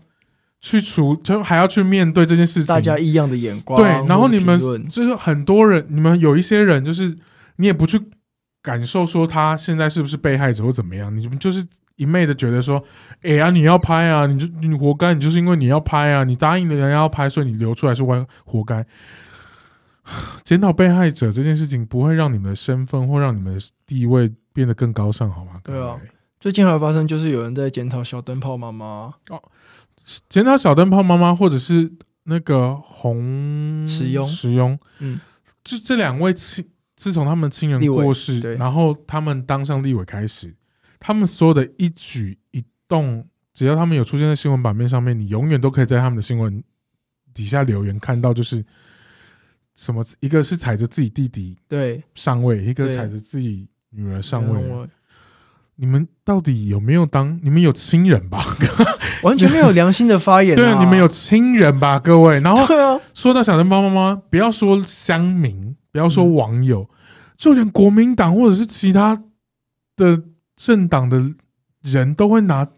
S2: 去处，就还要去面对这件事情。
S1: 大家异样的眼光。
S2: 对，然后你们
S1: 或是评论
S2: 就是很多人，你们有一些人就是你也不去感受说他现在是不是被害者或怎么样，你们就是一昧的觉得说，哎呀、你要拍啊，你就你活该，你就是因为你要拍啊，你答应了人家要拍，所以你流出来是活活该。 [SIGHS] 检讨被害者这件事情不会让你们的身份或让你们的地位变得更高尚，好吗？
S1: 对啊
S2: 各位，
S1: 最近还有发生，就是有人在检讨小灯泡妈妈
S2: 检讨小灯泡妈妈，或者是那个红
S1: 石庸
S2: 石庸，
S1: 嗯，
S2: 就这两位亲，自从他们亲人
S1: 立委
S2: 过世
S1: 对，
S2: 然后他们当上立委开始，他们所有的一举一动，只要他们有出现在新闻版面上面，你永远都可以在他们的新闻底下留言看到，就是什么，一个是踩着自己弟弟
S1: 对
S2: 上位，一个
S1: 对
S2: 踩着自己女儿上
S1: 然
S2: 位，
S1: 后
S2: 你们到底有没有当？你们有亲人吧？
S1: 完全没有良心的发言、
S2: [LAUGHS] 对啊，你们有？亲人吧，各位。然后
S1: 对啊，
S2: 说到小灯泡妈妈，不要说乡民，不要说网友，就连国民党或者是其他的政党的人都会拿
S1: 这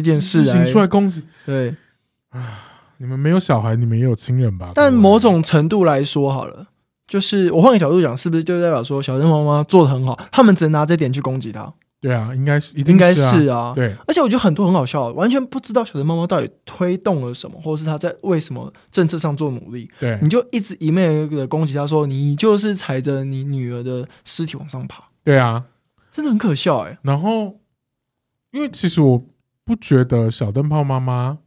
S2: 这
S1: 件事
S2: 情
S1: 来
S2: 出来攻击。
S1: 对，
S2: 你们没有小孩，你们也有亲人吧？
S1: 但
S2: 各位
S1: 某种程度来说好了。就是我换个角度讲，是不是就代表说小灯泡妈妈做的很好，他们只能拿这点去攻击她？
S2: 对啊，应该是一定
S1: 应该
S2: 是啊，
S1: 是啊，
S2: 对
S1: 而且我觉得很多很好笑，完全不知道小灯猫猫到底推动了什么，或者是他在为什么政策上做努力，
S2: 对
S1: 你就一直一昧的攻击他说你就是踩着你女儿的尸体往上爬，
S2: 对啊。
S1: 真的很可笑哎、
S2: 然后，因为其实我不觉得小灯泡妈妈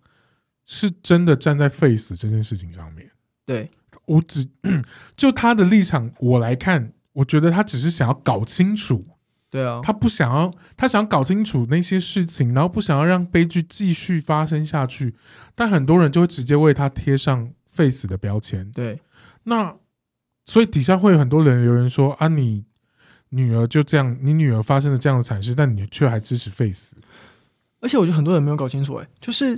S2: 是真的站在 face 这件事情上面。
S1: 对，
S2: 我只 [CLEARS THROAT] 就他的立场我来看，我觉得他只是想要搞清楚，
S1: 对啊，
S2: 他不想要，他想搞清楚那些事情，然后不想要让悲剧继续发生下去。但很多人就会直接为他贴上 face 的标签。
S1: 对
S2: 那所以底下会有很多人留言说啊，你女儿就这样，你女儿发生了这样的惨事，但你却还支持 face。
S1: 而且我觉得很多人没有搞清楚、欸，哎，就是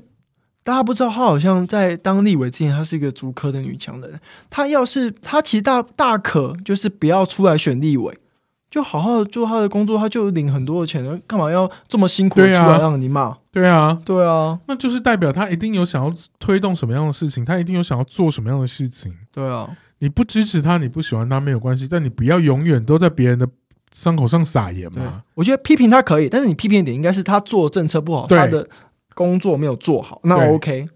S1: 大家不知道，她好像在当立委之前，她是一个竹科的女强人。她要是她其实大大可就是不要出来选立委，就好好地做她的工作，她就领很多的钱，干嘛要这么辛苦地
S2: 对啊
S1: 出来让你骂？
S2: 对啊，
S1: 对啊，
S2: 那就是代表他一定有想要推动什么样的事情，他一定有想要做什么样的事情。
S1: 对啊，
S2: 你不支持他，你不喜欢他没有关系，但你不要永远都在别人的伤口上撒盐
S1: 对
S2: 嘛。，
S1: 我觉得批评她可以，但是你批评的点应该是她做政策不好，
S2: 对
S1: 她的工作没有做好，那
S2: 对
S1: OK，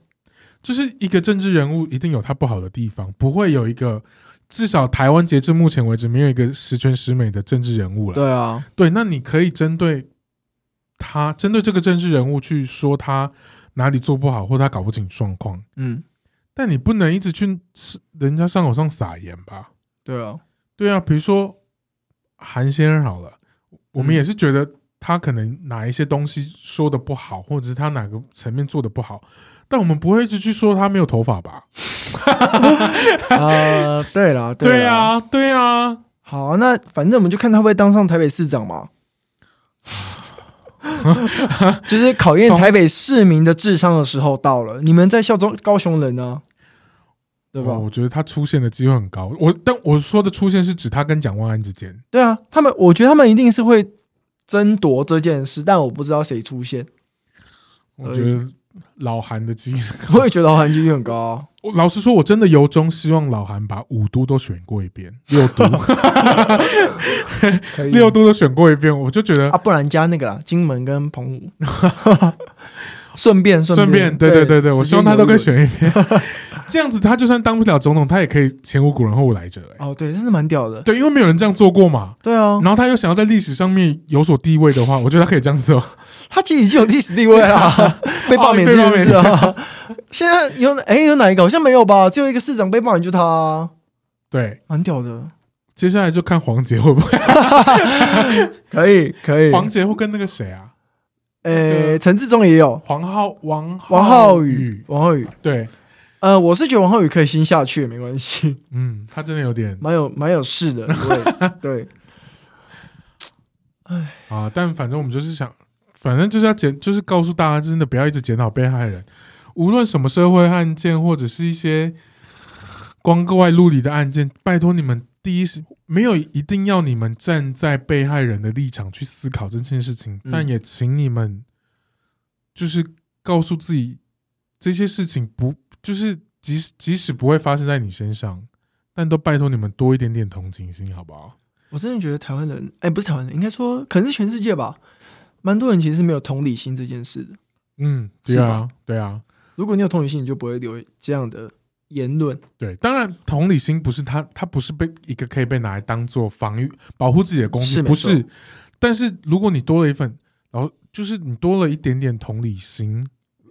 S2: 就是一个政治人物一定有他不好的地方，不会有一个至少台湾截至目前为止没有一个十全十美的政治人物了。
S1: 对啊，
S2: 对，那你可以针对他，针对这个政治人物去说他哪里做不好，或他搞不清状况，
S1: 嗯，
S2: 但你不能一直去人家伤口上撒盐吧？
S1: 对啊，
S2: 对啊，比如说韩先生好了，我
S1: 嗯
S2: 们也是觉得他可能哪一些东西说的不好，或者是他哪个层面做的不好，但我们不会一直去说他没有头发吧？
S1: 啊，对
S2: [LAUGHS]
S1: 啦，
S2: 对
S1: 啦。
S2: 啊，对啊，
S1: 好啊，那反正我们就看他会不会当上台北市长
S2: [LAUGHS]
S1: 嘛，就是考验台北市民的智商的时候到了。你们在效忠高雄人呢、对吧
S2: 哇？我觉得他出现的机会很高。我但我说的出现是指他跟蒋万安之间。
S1: 对啊，他们，我觉得他们一定是会争夺这件事，但我不知道谁出现。
S2: 我觉得老韩的机，
S1: 我也觉得韩剧率很高啊、
S2: 我老实说，我真的由衷希望老韩把五都都选过一遍，
S1: 嗯
S2: 六都
S1: 可以
S2: 六都都选过一遍，我就觉得
S1: [LAUGHS] 啊，不然加那个啦，金门跟澎湖， [LAUGHS] 顺便
S2: 顺便，
S1: 便，
S2: 对对对对，我
S1: 直
S2: 希
S1: 接
S2: 望他都可
S1: 游
S2: 以
S1: 轮
S2: 选一遍， [LAUGHS] 这样子他就算当不了总统，他也可以前无古人后无来者、欸，
S1: 哦，对，真的蛮屌的。
S2: 对，因为没有人这样做过嘛。
S1: 对啊，
S2: 然后他又想要在历史上面有所地位的话，我觉得他可以这样做。 [LAUGHS]
S1: 他其实已经有历史地位啦，被罢免这件
S2: 哦
S1: 事啊。 [LAUGHS] 现在有哎、有哪一个？好像没有吧？只有一个市长被罢免，就他、啊，
S2: 对，
S1: 蛮屌的。
S2: 接下来就看黄杰会不会，
S1: 可以可以，
S2: 黄杰会跟那个谁啊，
S1: 哎、
S2: 那个
S1: 陈志忠也有
S2: 黄浩王
S1: 王浩宇
S2: 宇，，
S1: 王浩宇。
S2: 对，
S1: 呃，我是觉得王浩宇可以先下去，没关系，
S2: 嗯，他真的有点
S1: 蛮有蛮有事
S2: [LAUGHS]
S1: 的。对对，
S2: 啊，但反正我们就是想，反正就是要检，就是告诉大家，真的不要一直检讨被害人，无论什么社会案件或者是一些光怪陆离的案件，拜托你们第一时没有一定要你们站在被害人的立场去思考这件事情，
S1: 嗯
S2: 但也请你们就是告诉自己，这些事情不就是即使即使不会发生在你身上，但都拜托你们多一点点同情心，好不好？
S1: 我真的觉得台湾人，哎、不是台湾人，应该说可能是全世界吧，蛮多人其实是没有同理心这件事的。
S2: 嗯，对
S1: 是
S2: 啊
S1: 吧，
S2: 对啊。
S1: 如果你有同理心，你就不会留这样的言论。
S2: 对，当然同理心不是他，他不是被一个可以被拿来当做防御、保护自己的工具，
S1: 是没
S2: 不
S1: 错
S2: 是。但是如果你多了一份，然后就是你多了一点点同理心，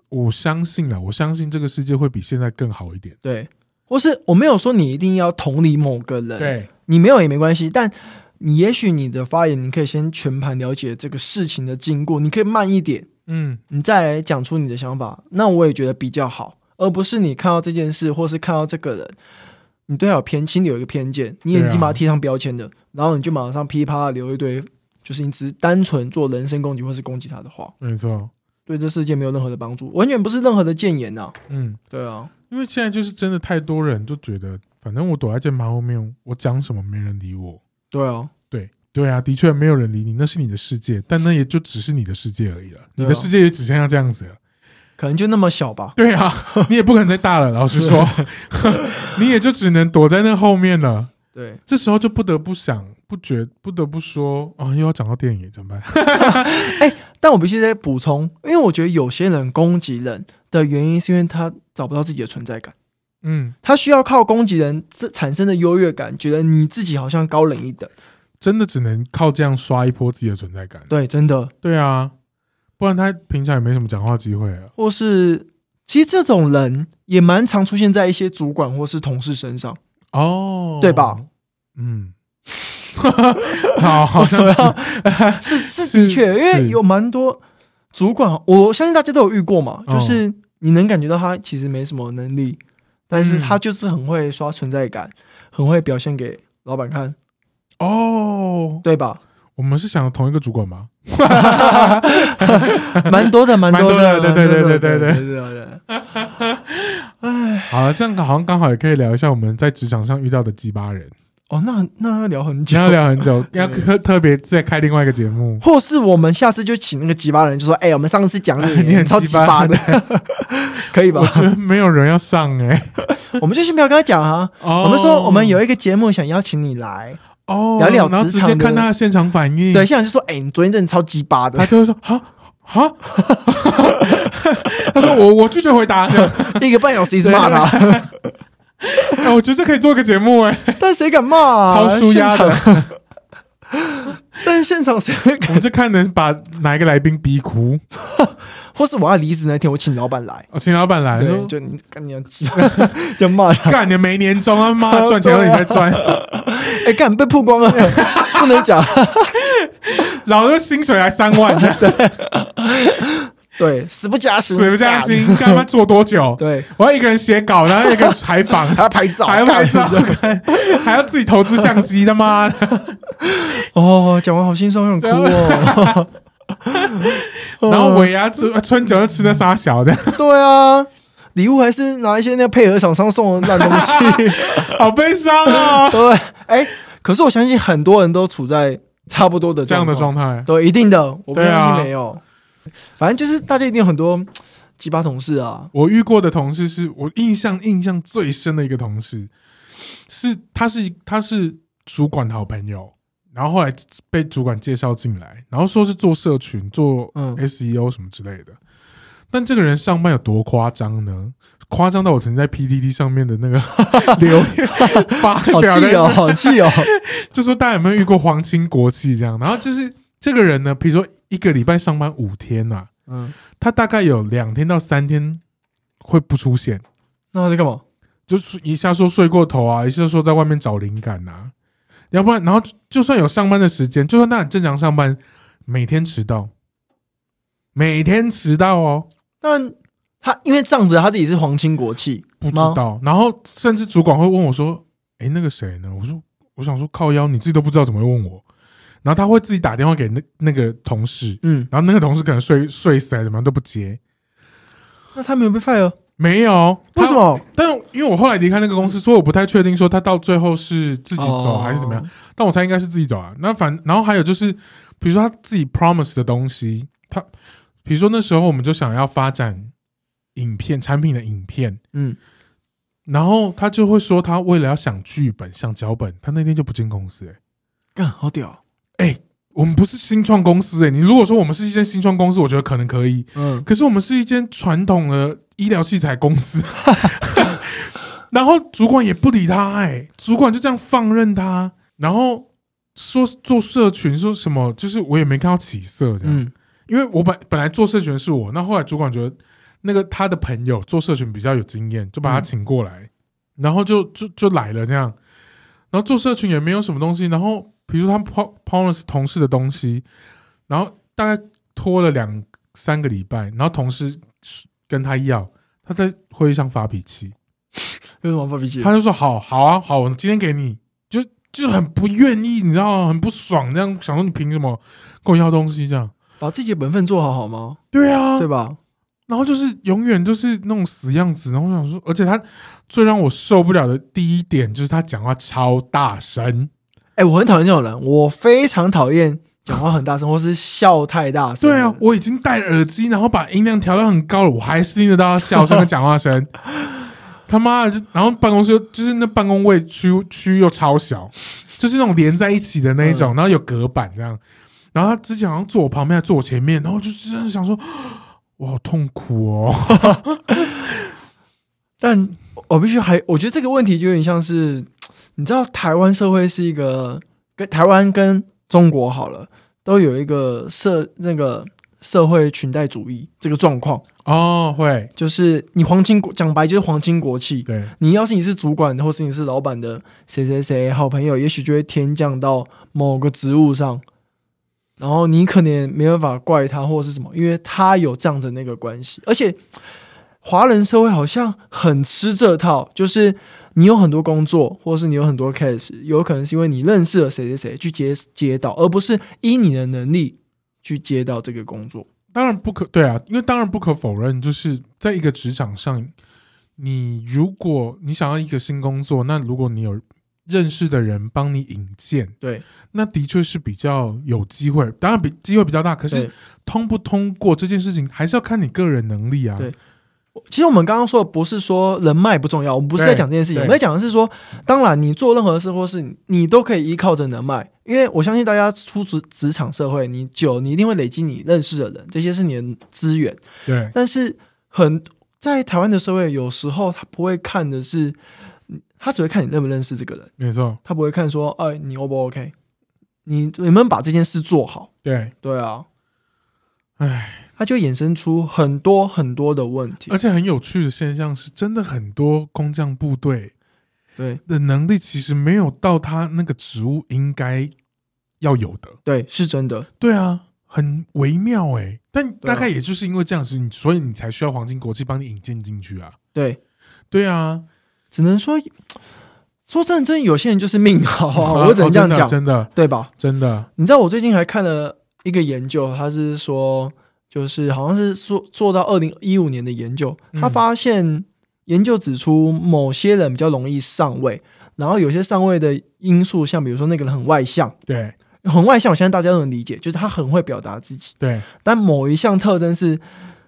S2: 我相信啊了，我相信这个世界会比现在更好一点。
S1: 对，或是我没有说你一定要同理某个人，，
S2: 对，
S1: 你没有也没关系，但你也许你的发言，你可以先全盘了解这个事情的经过，你可以慢一点，
S2: 嗯，
S1: 你再来讲出你的想法，那我也觉得比较好，而不是你看到这件事或是看到这个人。你对他有偏心里有一个偏见，你
S2: 对
S1: 已
S2: 啊
S1: 经把他贴上标签了，然后你就马上噼里啪啦留一堆，就是你只是单纯做人身攻击或是攻击他的话，
S2: 没错，
S1: 对这世界没有任何的帮助，完全不是任何的谏言呐、
S2: 嗯，
S1: 对啊，
S2: 因为现在就是真的太多人就觉得，反正我躲在键盘后面，我讲什么没人理我。
S1: 对啊，
S2: 对啊，的确没有人理你，那是你的世界，但那也就只是你的世界而已了，你的
S1: 对啊
S2: 世界也只剩下这样子了。
S1: 可能就那么小吧。
S2: [LAUGHS] 对啊，你也不可能再大了，老实
S1: [LAUGHS]
S2: 说，你也就只能躲在那后面了。
S1: 对，
S2: 这时候就不得不想，不觉不得不说啊、又要讲到电影怎么办？ [LAUGHS]
S1: 但我必须再补充，因为我觉得有些人攻击人的原因，是因为他找不到自己的存在感，
S2: 嗯，
S1: 他需要靠攻击人这产生的优越感，觉得你自己好像高人一等。
S2: 真的只能靠这样刷一波自己的存在感。
S1: 对，真的，
S2: 对啊，不然他平常也没什么讲话机会啊。
S1: 或是其实这种人也蛮常出现在一些主管或是同事身上。
S2: 哦，
S1: 对吧？
S2: 嗯， [LAUGHS] 好，好
S1: [LAUGHS]
S2: 像
S1: 是
S2: 是
S1: 是
S2: 是
S1: 的确，因为
S2: 是
S1: 有蛮多主管，我相信大家都有遇过嘛，
S2: 哦
S1: 就是你能感觉到他其实没什么能力，但是
S2: 嗯
S1: 他就是很会刷存在感，很会表现给老板看，
S2: 哦，
S1: 对吧？
S2: 我们是想同一个主管吗？
S1: 蛮多的，蛮多的，
S2: 蛮多的对对
S1: 蛮多的
S2: 对对对
S1: 对对对。哎，
S2: 好，这样好像刚好也可以聊一下我们在职场上遇到的鸡巴人，
S1: 哦，那那要聊很久
S2: 今天。要 [LAUGHS] 聊很久，要
S1: [LAUGHS] 对
S2: 特特别再开另外一个节目。
S1: 或是我们下次就请那个鸡巴人，就说：“哎、我们上次讲你，
S2: [LAUGHS] 你很
S1: 超
S2: 鸡
S1: 鸡
S2: 巴
S1: 巴的，
S2: [LAUGHS]
S1: 可以吧
S2: 我觉得没有人要上哎、？”
S1: [LAUGHS] 我们就先不要跟他讲啊。
S2: 哦
S1: 我们说我们有一个节目想邀请你来，
S2: 哦
S1: 聊聊
S2: 然后
S1: 职
S2: 直
S1: 场
S2: 接
S1: 的
S2: 看他的现场反应，
S1: 对，现场就说：“哎、你昨天真的超鸡巴
S2: 他
S1: 的，
S2: 就会说哈哈， [LAUGHS] 他说我我拒绝回答。这样
S1: [LAUGHS] 一个半小时一直骂他，
S2: 哎，我觉得这可以做一个节目哎、
S1: 但谁敢骂、啊？
S2: 超舒压的
S1: 现场。 [LAUGHS] 但是现场谁会
S2: 我
S1: 敢？
S2: 们就看能把哪一个来宾逼哭。
S1: 或是我要离职那天，我请老板来，
S2: 哦，请老板来，
S1: 对，
S2: 说
S1: 就你干你娘鸡巴， [LAUGHS] 就骂他。
S2: 干你没年终
S1: [LAUGHS]
S2: 啊，妈赚钱都你
S1: 对啊
S2: 在赚，
S1: 哎、干被曝光了，不能讲。
S2: [LAUGHS] 老子薪水还三
S1: [LAUGHS]
S2: 万，
S1: 对，死不加薪，
S2: 死不加薪，干他妈做多久
S1: 干。？对，
S2: 我要一个人写稿，然后一个人采访，
S1: 还要拍照，
S2: 还要拍照
S1: 干，
S2: 干 [LAUGHS] 还要自己投资相机，
S1: [LAUGHS]
S2: 他妈的！
S1: 哦，讲完好心酸，有点哭哦。
S2: [LAUGHS] 然后尾牙吃呃春酒就吃那沙小这样，
S1: 对啊，礼物还是拿一些那配合厂商送的烂东西。
S2: [LAUGHS] 好悲伤
S1: [LAUGHS]
S2: 啊！
S1: 对，哎，可是我相信很多人都处在差不多的
S2: 这样的
S1: 状况，
S2: 状态，
S1: 对，一定的，我不
S2: 对啊
S1: 相信没有。反正就是大家一定有很多鸡巴同事啊，
S2: 我遇过的同事是我印象印象最深的一个同事，是他是他是主管的好朋友，然后后来被主管介绍进来，然后说是做社群、做
S1: 嗯
S2: SEO 什么之类的。但这个人上班有多夸张呢？夸张到我曾经在 PTT 上面的那个 [LAUGHS] 留
S1: [LAUGHS]
S2: 言发
S1: 好
S2: [LAUGHS] 表
S1: 气
S2: 的
S1: 哦，好气
S2: [LAUGHS]
S1: 哦，
S2: 就说大家有没有遇过皇亲国戚这样？然后就是这个人呢，比如说一个礼拜上班五天呐、啊，
S1: 嗯，
S2: 他大概有两天到三天会不出现。
S1: 那他在干嘛？
S2: 就是一下说睡过头啊，一下说在外面找灵感啊，要不然，然后就就算有上班的时间，就算他很正常上班，每天迟到，每天迟到哦，
S1: 但他因为仗着他自己是皇亲国戚，
S2: 不知
S1: 吗
S2: 道。然后甚至主管会问我说：“诶，那个谁呢？”我说：“我想说靠腰，你自己都不知道怎么会问我。”然后他会自己打电话给那那个同事，
S1: 嗯，
S2: 然后那个同事可能睡睡死还是怎么样都不接，
S1: 那他没有被 fire，哦
S2: 没有，
S1: 为什
S2: 他？
S1: 么？
S2: 但因为我后来离开那个公司，所以我不太确定说他到最后是
S1: 自
S2: 自己走还是怎么样。？但我猜应该是自己走啊。那反然后还有就是，比如说他自己 promise 的东西，他比如说那时候我们就想要发展影片产品的影片，
S1: 嗯，
S2: 然后他就会说他为了要想剧本、想脚本，他那天就不进公司、欸。
S1: 干好屌，哦
S2: 我们不是新创公司诶、欸你如果说我们是一间新创公司，我觉得可能可以。
S1: 嗯，
S2: 可是我们是一间传统的医疗器材公司， [LAUGHS] 然后主管也不理他、哎，主管就这样放任他，然后说做社群说什么，就是我也没看到起色这样，
S1: 嗯
S2: 因为我本本来做社群的是我，那后来主管觉得那个他的朋友做社群比较有经验，就把他
S1: 嗯
S2: 请过来，然后就就就来了这样，然后做社群也没有什么东西，然后比如说他 pro- promise 同事的东西，然后大概拖了两三个礼拜，然后同事跟他要，他在会议上发脾气，
S1: 为什么发脾气？
S2: 他就说好好啊好，我今天给你，就就很不愿意，你知道吗？很不爽，这样想说你凭什么跟我要东西这样？
S1: 把自己的本分做好好吗？
S2: 对啊，
S1: 对吧？
S2: 然后就是永远就是那种死样子，然后我想说，而且他最让我受不了的第一点就是他讲话超大声，
S1: 哎、我很讨厌这种人，我非常讨厌讲话很大声或是笑太大声。
S2: 对啊，，我已经戴耳机，然后把音量调到很高了，我还是听得到他笑声和讲话 [LAUGHS] 声。他妈的！就然后办公室又就是那办公位区区又超小，就是那种连在一起的那一种，然后有隔板这样。然后他之前好像坐我旁边，还坐我前面，然后我就是真的想说， [GASPS] 我好痛苦哦。
S1: 但我必须还，我觉得这个问题就有点像是，你知道台湾社会是一个跟台湾跟中国好了，都有一个社那个社会裙带主义这个状况，
S2: 哦，会，
S1: 就是你皇亲国讲白就是皇亲国戚，
S2: 对，
S1: 你要是你是主管或是你是老板的谁谁谁好朋友，也许就会天降到某个职务上，然后你可能也没办法怪他或是什么，因为他有这样的那个关系。而且华人社会好像很吃这套，就是你有很多工作，或是你有很多 case，有可能是因为你认识了谁谁谁去接接到，而不是依你的能力去接到这个工作。
S2: 当然不可对啊，因为当然不可否认，就是在一个职场上，你如果你想要一个新工作，那如果你有认识的人帮你引荐，
S1: 对，
S2: 那的确是比较有机会，当然比机会比较大，可是
S1: 对
S2: 通不通过这件事情，还是要看你个人能力啊。
S1: 对其实我们刚刚说的不是说人脉不重要，我们不是
S2: 对
S1: 在讲这件事情，
S2: 对
S1: 我们在讲的是说，当然你做任何事或是你你都可以依靠着人脉，因为我相信大家出职职场社会，你久你一定会累积你认识的人，这些是你的资源。
S2: 对
S1: 但是很在台湾的社会，有时候他不会看的是，他只会看你认不认识这个人，
S2: 没错，
S1: 他不会看说，哎，你 O 不 OK，你你能不能把这件事做好？
S2: 对，
S1: 对啊，
S2: 唉，
S1: 他就会衍生出很多很多的问题
S2: 而。且很有趣的现象是，真的很多工匠部队
S1: 对
S2: 的能力其实没有到他那个职务应该要有的。
S1: 对，是真的。
S2: 对啊，很微妙哎、但
S1: 对啊
S2: 大概也就是因为这样子，你所以你才需要黄金国际帮你引荐进去啊。
S1: 对，
S2: 对啊，
S1: 只能说，说真的，真的有些人就是命好啊，
S2: 啊
S1: 我只能这样
S2: [LAUGHS] 哦
S1: 讲，
S2: 真的
S1: 对吧？
S2: 真的真的，
S1: 你知道我最近还看了一个研究，他是说，就是好像是做做到二零一五年的研究，
S2: 嗯
S1: 他发现研究指出某些人比较容易上位，然后有些上位的因素，像比如说那个人很外向。
S2: 对
S1: 很外向，我相信大家都能理解，就是他很会表达自己。
S2: 对
S1: 但某一项特征是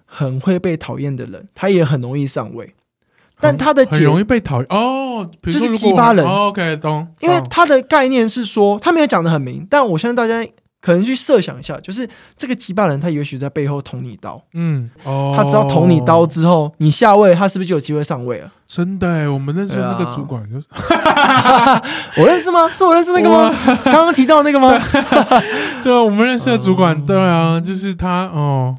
S1: 很会被讨厌的人，他也很容易上位。但他的
S2: 很
S1: 解
S2: 容易被讨厌哦。比如
S1: 就
S2: 说
S1: 是
S2: 如果我
S1: 鸡巴人
S2: 哦，OK，懂。
S1: 因为
S2: 懂
S1: 他的概念是说，他没有讲的很明，但我相信大家可能去设想一下，就是这个击败人，他也许在背后捅你刀，
S2: 嗯哦，
S1: 他只要捅你刀，之后，你下位，他是不是就有机会上
S2: [LAUGHS]
S1: 位了？
S2: 真的哎、我们认识的那
S1: 对
S2: 个
S1: 啊
S2: 主管就是 [LAUGHS]
S1: 我认识吗？是我认识那个吗？刚刚提到那个
S2: [LAUGHS]
S1: 吗？
S2: 对啊，我们认识的主管，
S1: 嗯
S2: 对啊，就是他哦，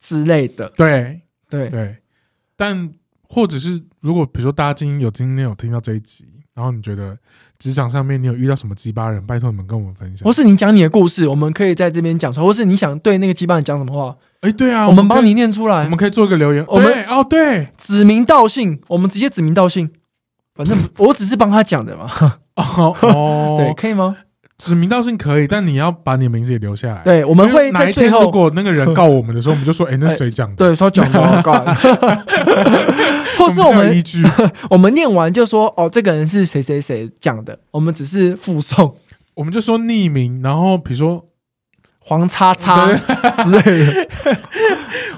S1: 之类的，
S2: 对
S1: 对
S2: 对，但或者是如果比如说大家今天有今天有听到这一集，然后你觉得职场上面你有遇到什么鸡巴人，拜托你们跟我们分享
S1: 或。是你讲你的故事，我们可以在这边讲出来，或是你想对那个击败人讲什么话，
S2: 哎，对啊，
S1: 我们帮
S2: 可以，
S1: 你念出
S2: 我
S1: 来，
S2: 们可以做一个留言。
S1: 我们
S2: 对哦，
S1: [LAUGHS]
S2: 对
S1: 指名道姓，我们直接指名道姓，反正我只是帮他讲的嘛，
S2: 哦哦，
S1: [LAUGHS] 对，，可以吗？
S2: 指名道姓可以，但你要把你的名字也留下来。，
S1: 对，我
S2: 我
S1: 们会
S2: 哎哪
S1: 在
S2: 一
S1: 最
S2: 天
S1: 后
S2: 如果那个人告我们的时候，我们就说，哎，那是谁讲的？
S1: 对，说讲报告， [LAUGHS] 或是我
S2: 才有
S1: 们 [LAUGHS]
S2: 依据，
S1: 我们念完就说哦，这个人是谁谁谁讲的，我们只是附送
S2: 我们就说匿名，然后比如说，
S1: 黄叉叉之类 [LAUGHS] 的，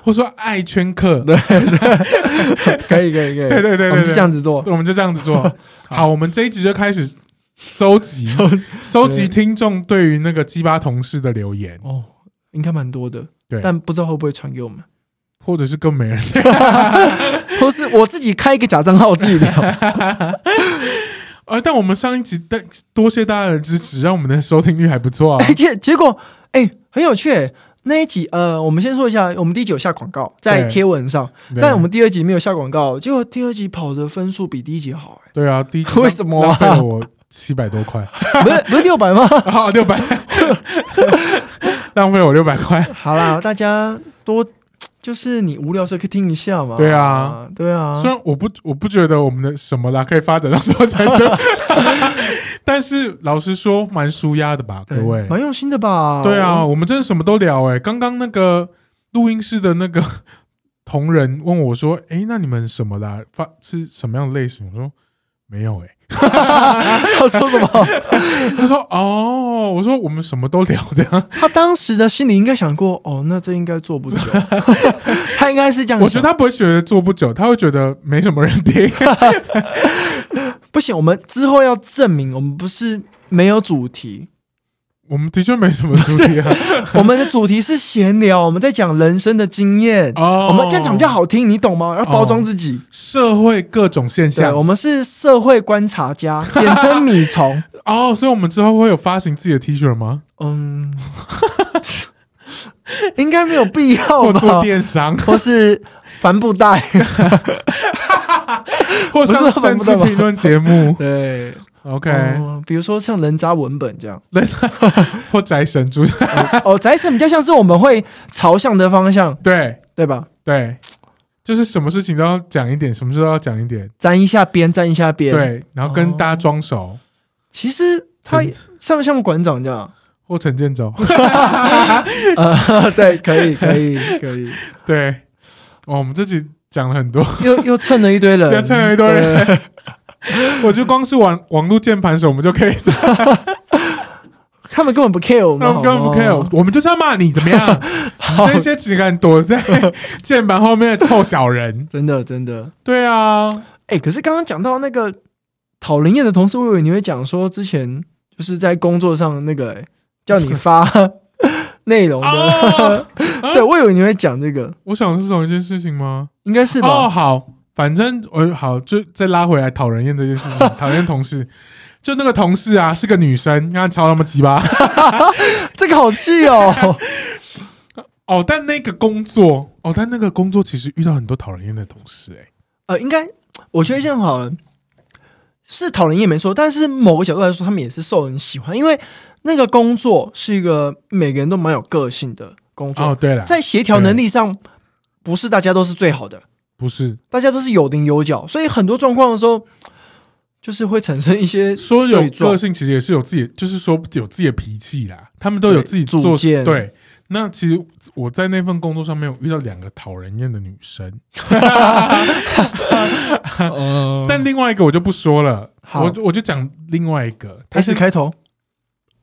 S2: 或说爱圈客，
S1: 可以可以可以，
S2: 对对对对
S1: 我们是
S2: [LAUGHS] 对
S1: 这样子做，
S2: 我们就这样
S1: [LAUGHS]
S2: 子做。好，我们这一集就开始收集收集听众对于那个鸡巴同事的留言，
S1: 哦，应该蛮多的，
S2: 对
S1: 但不知道会不会传给我们，
S2: 或者是跟没人 [LAUGHS] 聊。
S1: 或是我自己开一个假账号自 [LAUGHS] 己聊，
S2: 呃，但我们上一集但多谢大家的支持，让我们的收听率还不错啊
S1: 哎。结结果哎很有趣哎。那一集，呃，我们先说一下，我们第一集有下广告在
S2: 对
S1: 贴文上，
S2: 对
S1: 但我们第二集没有下广告，结果第二集跑的分数比第一集好、哎
S2: 对啊，第一集
S1: 为什么啊
S2: 浪费了我七百多块 [LAUGHS]
S1: 不是不是六百吗？
S2: 啊？六百， [LAUGHS] 浪费我六百块。
S1: 好啦，大家多就是你无聊的时候可以听一下嘛。
S2: 对啊，
S1: 对啊。
S2: 虽然我不我不觉得我们的什么啦可以发展到什么程
S1: [LAUGHS]
S2: 度，但是老实说，蛮舒压的吧，
S1: 对
S2: 各位。
S1: 蛮用心的吧？
S2: 对啊，，我们真的什么都聊哎、刚刚那个录音室的那个同仁问我说：“哎、那你们什么啦？发是什么样的类型？”我说：“没有 [LAUGHS] 哎、
S1: 他说什么？
S2: 他说：“哦。”我说：“我们什么都聊这样。
S1: 他当时的心里应该想过，哦，那这应该做
S2: [LAUGHS]
S1: 不久。他应该是这”样想。
S2: 我觉得他不会觉得做不久，他会觉得没什么人 [LAUGHS] 听。
S1: 不行，我们之后要证明我们不是没有主题，
S2: 我们的确没什么主题啊。 [LAUGHS]
S1: 我们的主题是闲聊，我们在讲人生的经验。
S2: 哦，
S1: 我们这样讲比较。好听，你懂吗？要包装自己。
S2: 社会各种现
S1: 对，我
S2: 象
S1: 们是社会观察家，简称米虫。
S2: 哦，所以我们之后会有发行自己的 T 恤吗？
S1: 嗯， [LAUGHS] 应该没有必要
S2: 或做
S1: 吧？
S2: 电商，
S1: 或是帆布
S2: [LAUGHS]
S1: 袋？
S2: 或
S1: 不是
S2: 上
S1: 很
S2: 政
S1: 不
S2: 治
S1: 懂吗
S2: 评论节 [LAUGHS] 目
S1: 对
S2: ，OK，
S1: 哦比如说像人渣文本这样。 [LAUGHS]
S2: 或宅神猪， [LAUGHS]
S1: 哦，宅神比较像是我们会朝向的方向，
S2: 对
S1: 对吧？
S2: 对，就是什么事情都要讲一点，什么事都要讲一点，
S1: 沾一下边，沾一下边。，
S2: 对，然后
S1: 哦
S2: 跟大家装熟，
S1: 其实他
S2: 真
S1: 像不像馆长这
S2: [LAUGHS]
S1: 样？
S2: 或陈建
S1: [LAUGHS]
S2: 州，
S1: 呃， [LAUGHS] 对，可以，可以，可以，
S2: 对，哦，我们这集讲了很多，
S1: [LAUGHS] 又又蹭了一堆人，
S2: [LAUGHS] 又蹭了一堆人
S1: 对，
S2: 我觉得光是网 [LAUGHS] 网络键盘手，我们就可以，
S1: [LAUGHS] 他们根本不 care 我们，
S2: 那我们根本不
S1: 好吗
S2: care，我们就是要骂你怎么样？
S1: [LAUGHS] 好
S2: 这些只敢躲在键盘后面的臭小
S1: [LAUGHS]
S2: 人，
S1: 真的，真的。
S2: 对啊，
S1: 哎、可是刚刚讲到那个讨人厌的同事，我以为你会讲说之前就是在工作上那个、欸叫你
S2: [LAUGHS]
S1: 发内容的，
S2: 哦，
S1: 对我以为你会讲这个，
S2: [LAUGHS] 我想是同一件事情吗？
S1: 应该是吧？
S2: 哦，好，反正我好就再拉回来讨人厌这件事情，讨厌同事。就那个同事啊，是个女生，刚超他妈鸡巴
S1: 这个好气哦， [LAUGHS]
S2: 哦。但那个工作哦，但那个工作其实遇到很多讨人厌的同事、欸，
S1: 呃，应该我觉得这样好了，是讨人厌没错，但是某个角度来说，他们也是受人喜欢，因为那个工作是一个每个人都蛮有个性的工作，
S2: 哦，对了，
S1: 在协调能力上，不是大家都是最好的，
S2: 不是
S1: 大家都是有棱有角，所以很多状况的时候，就是会产生一
S2: [LAUGHS]
S1: 些
S2: 说有
S1: 对撞
S2: 个性，其实也是有自己，就是说有自己的脾气啦。他们都有
S1: 对
S2: 自己
S1: 主
S2: 做
S1: 见
S2: 对，那其实我在那份工作上面，有遇到两个讨人厌的女生，
S1: 呃，
S2: 但另外一个我就不说了，
S1: 好
S2: 我我就讲另外一个，她是
S1: S 开头，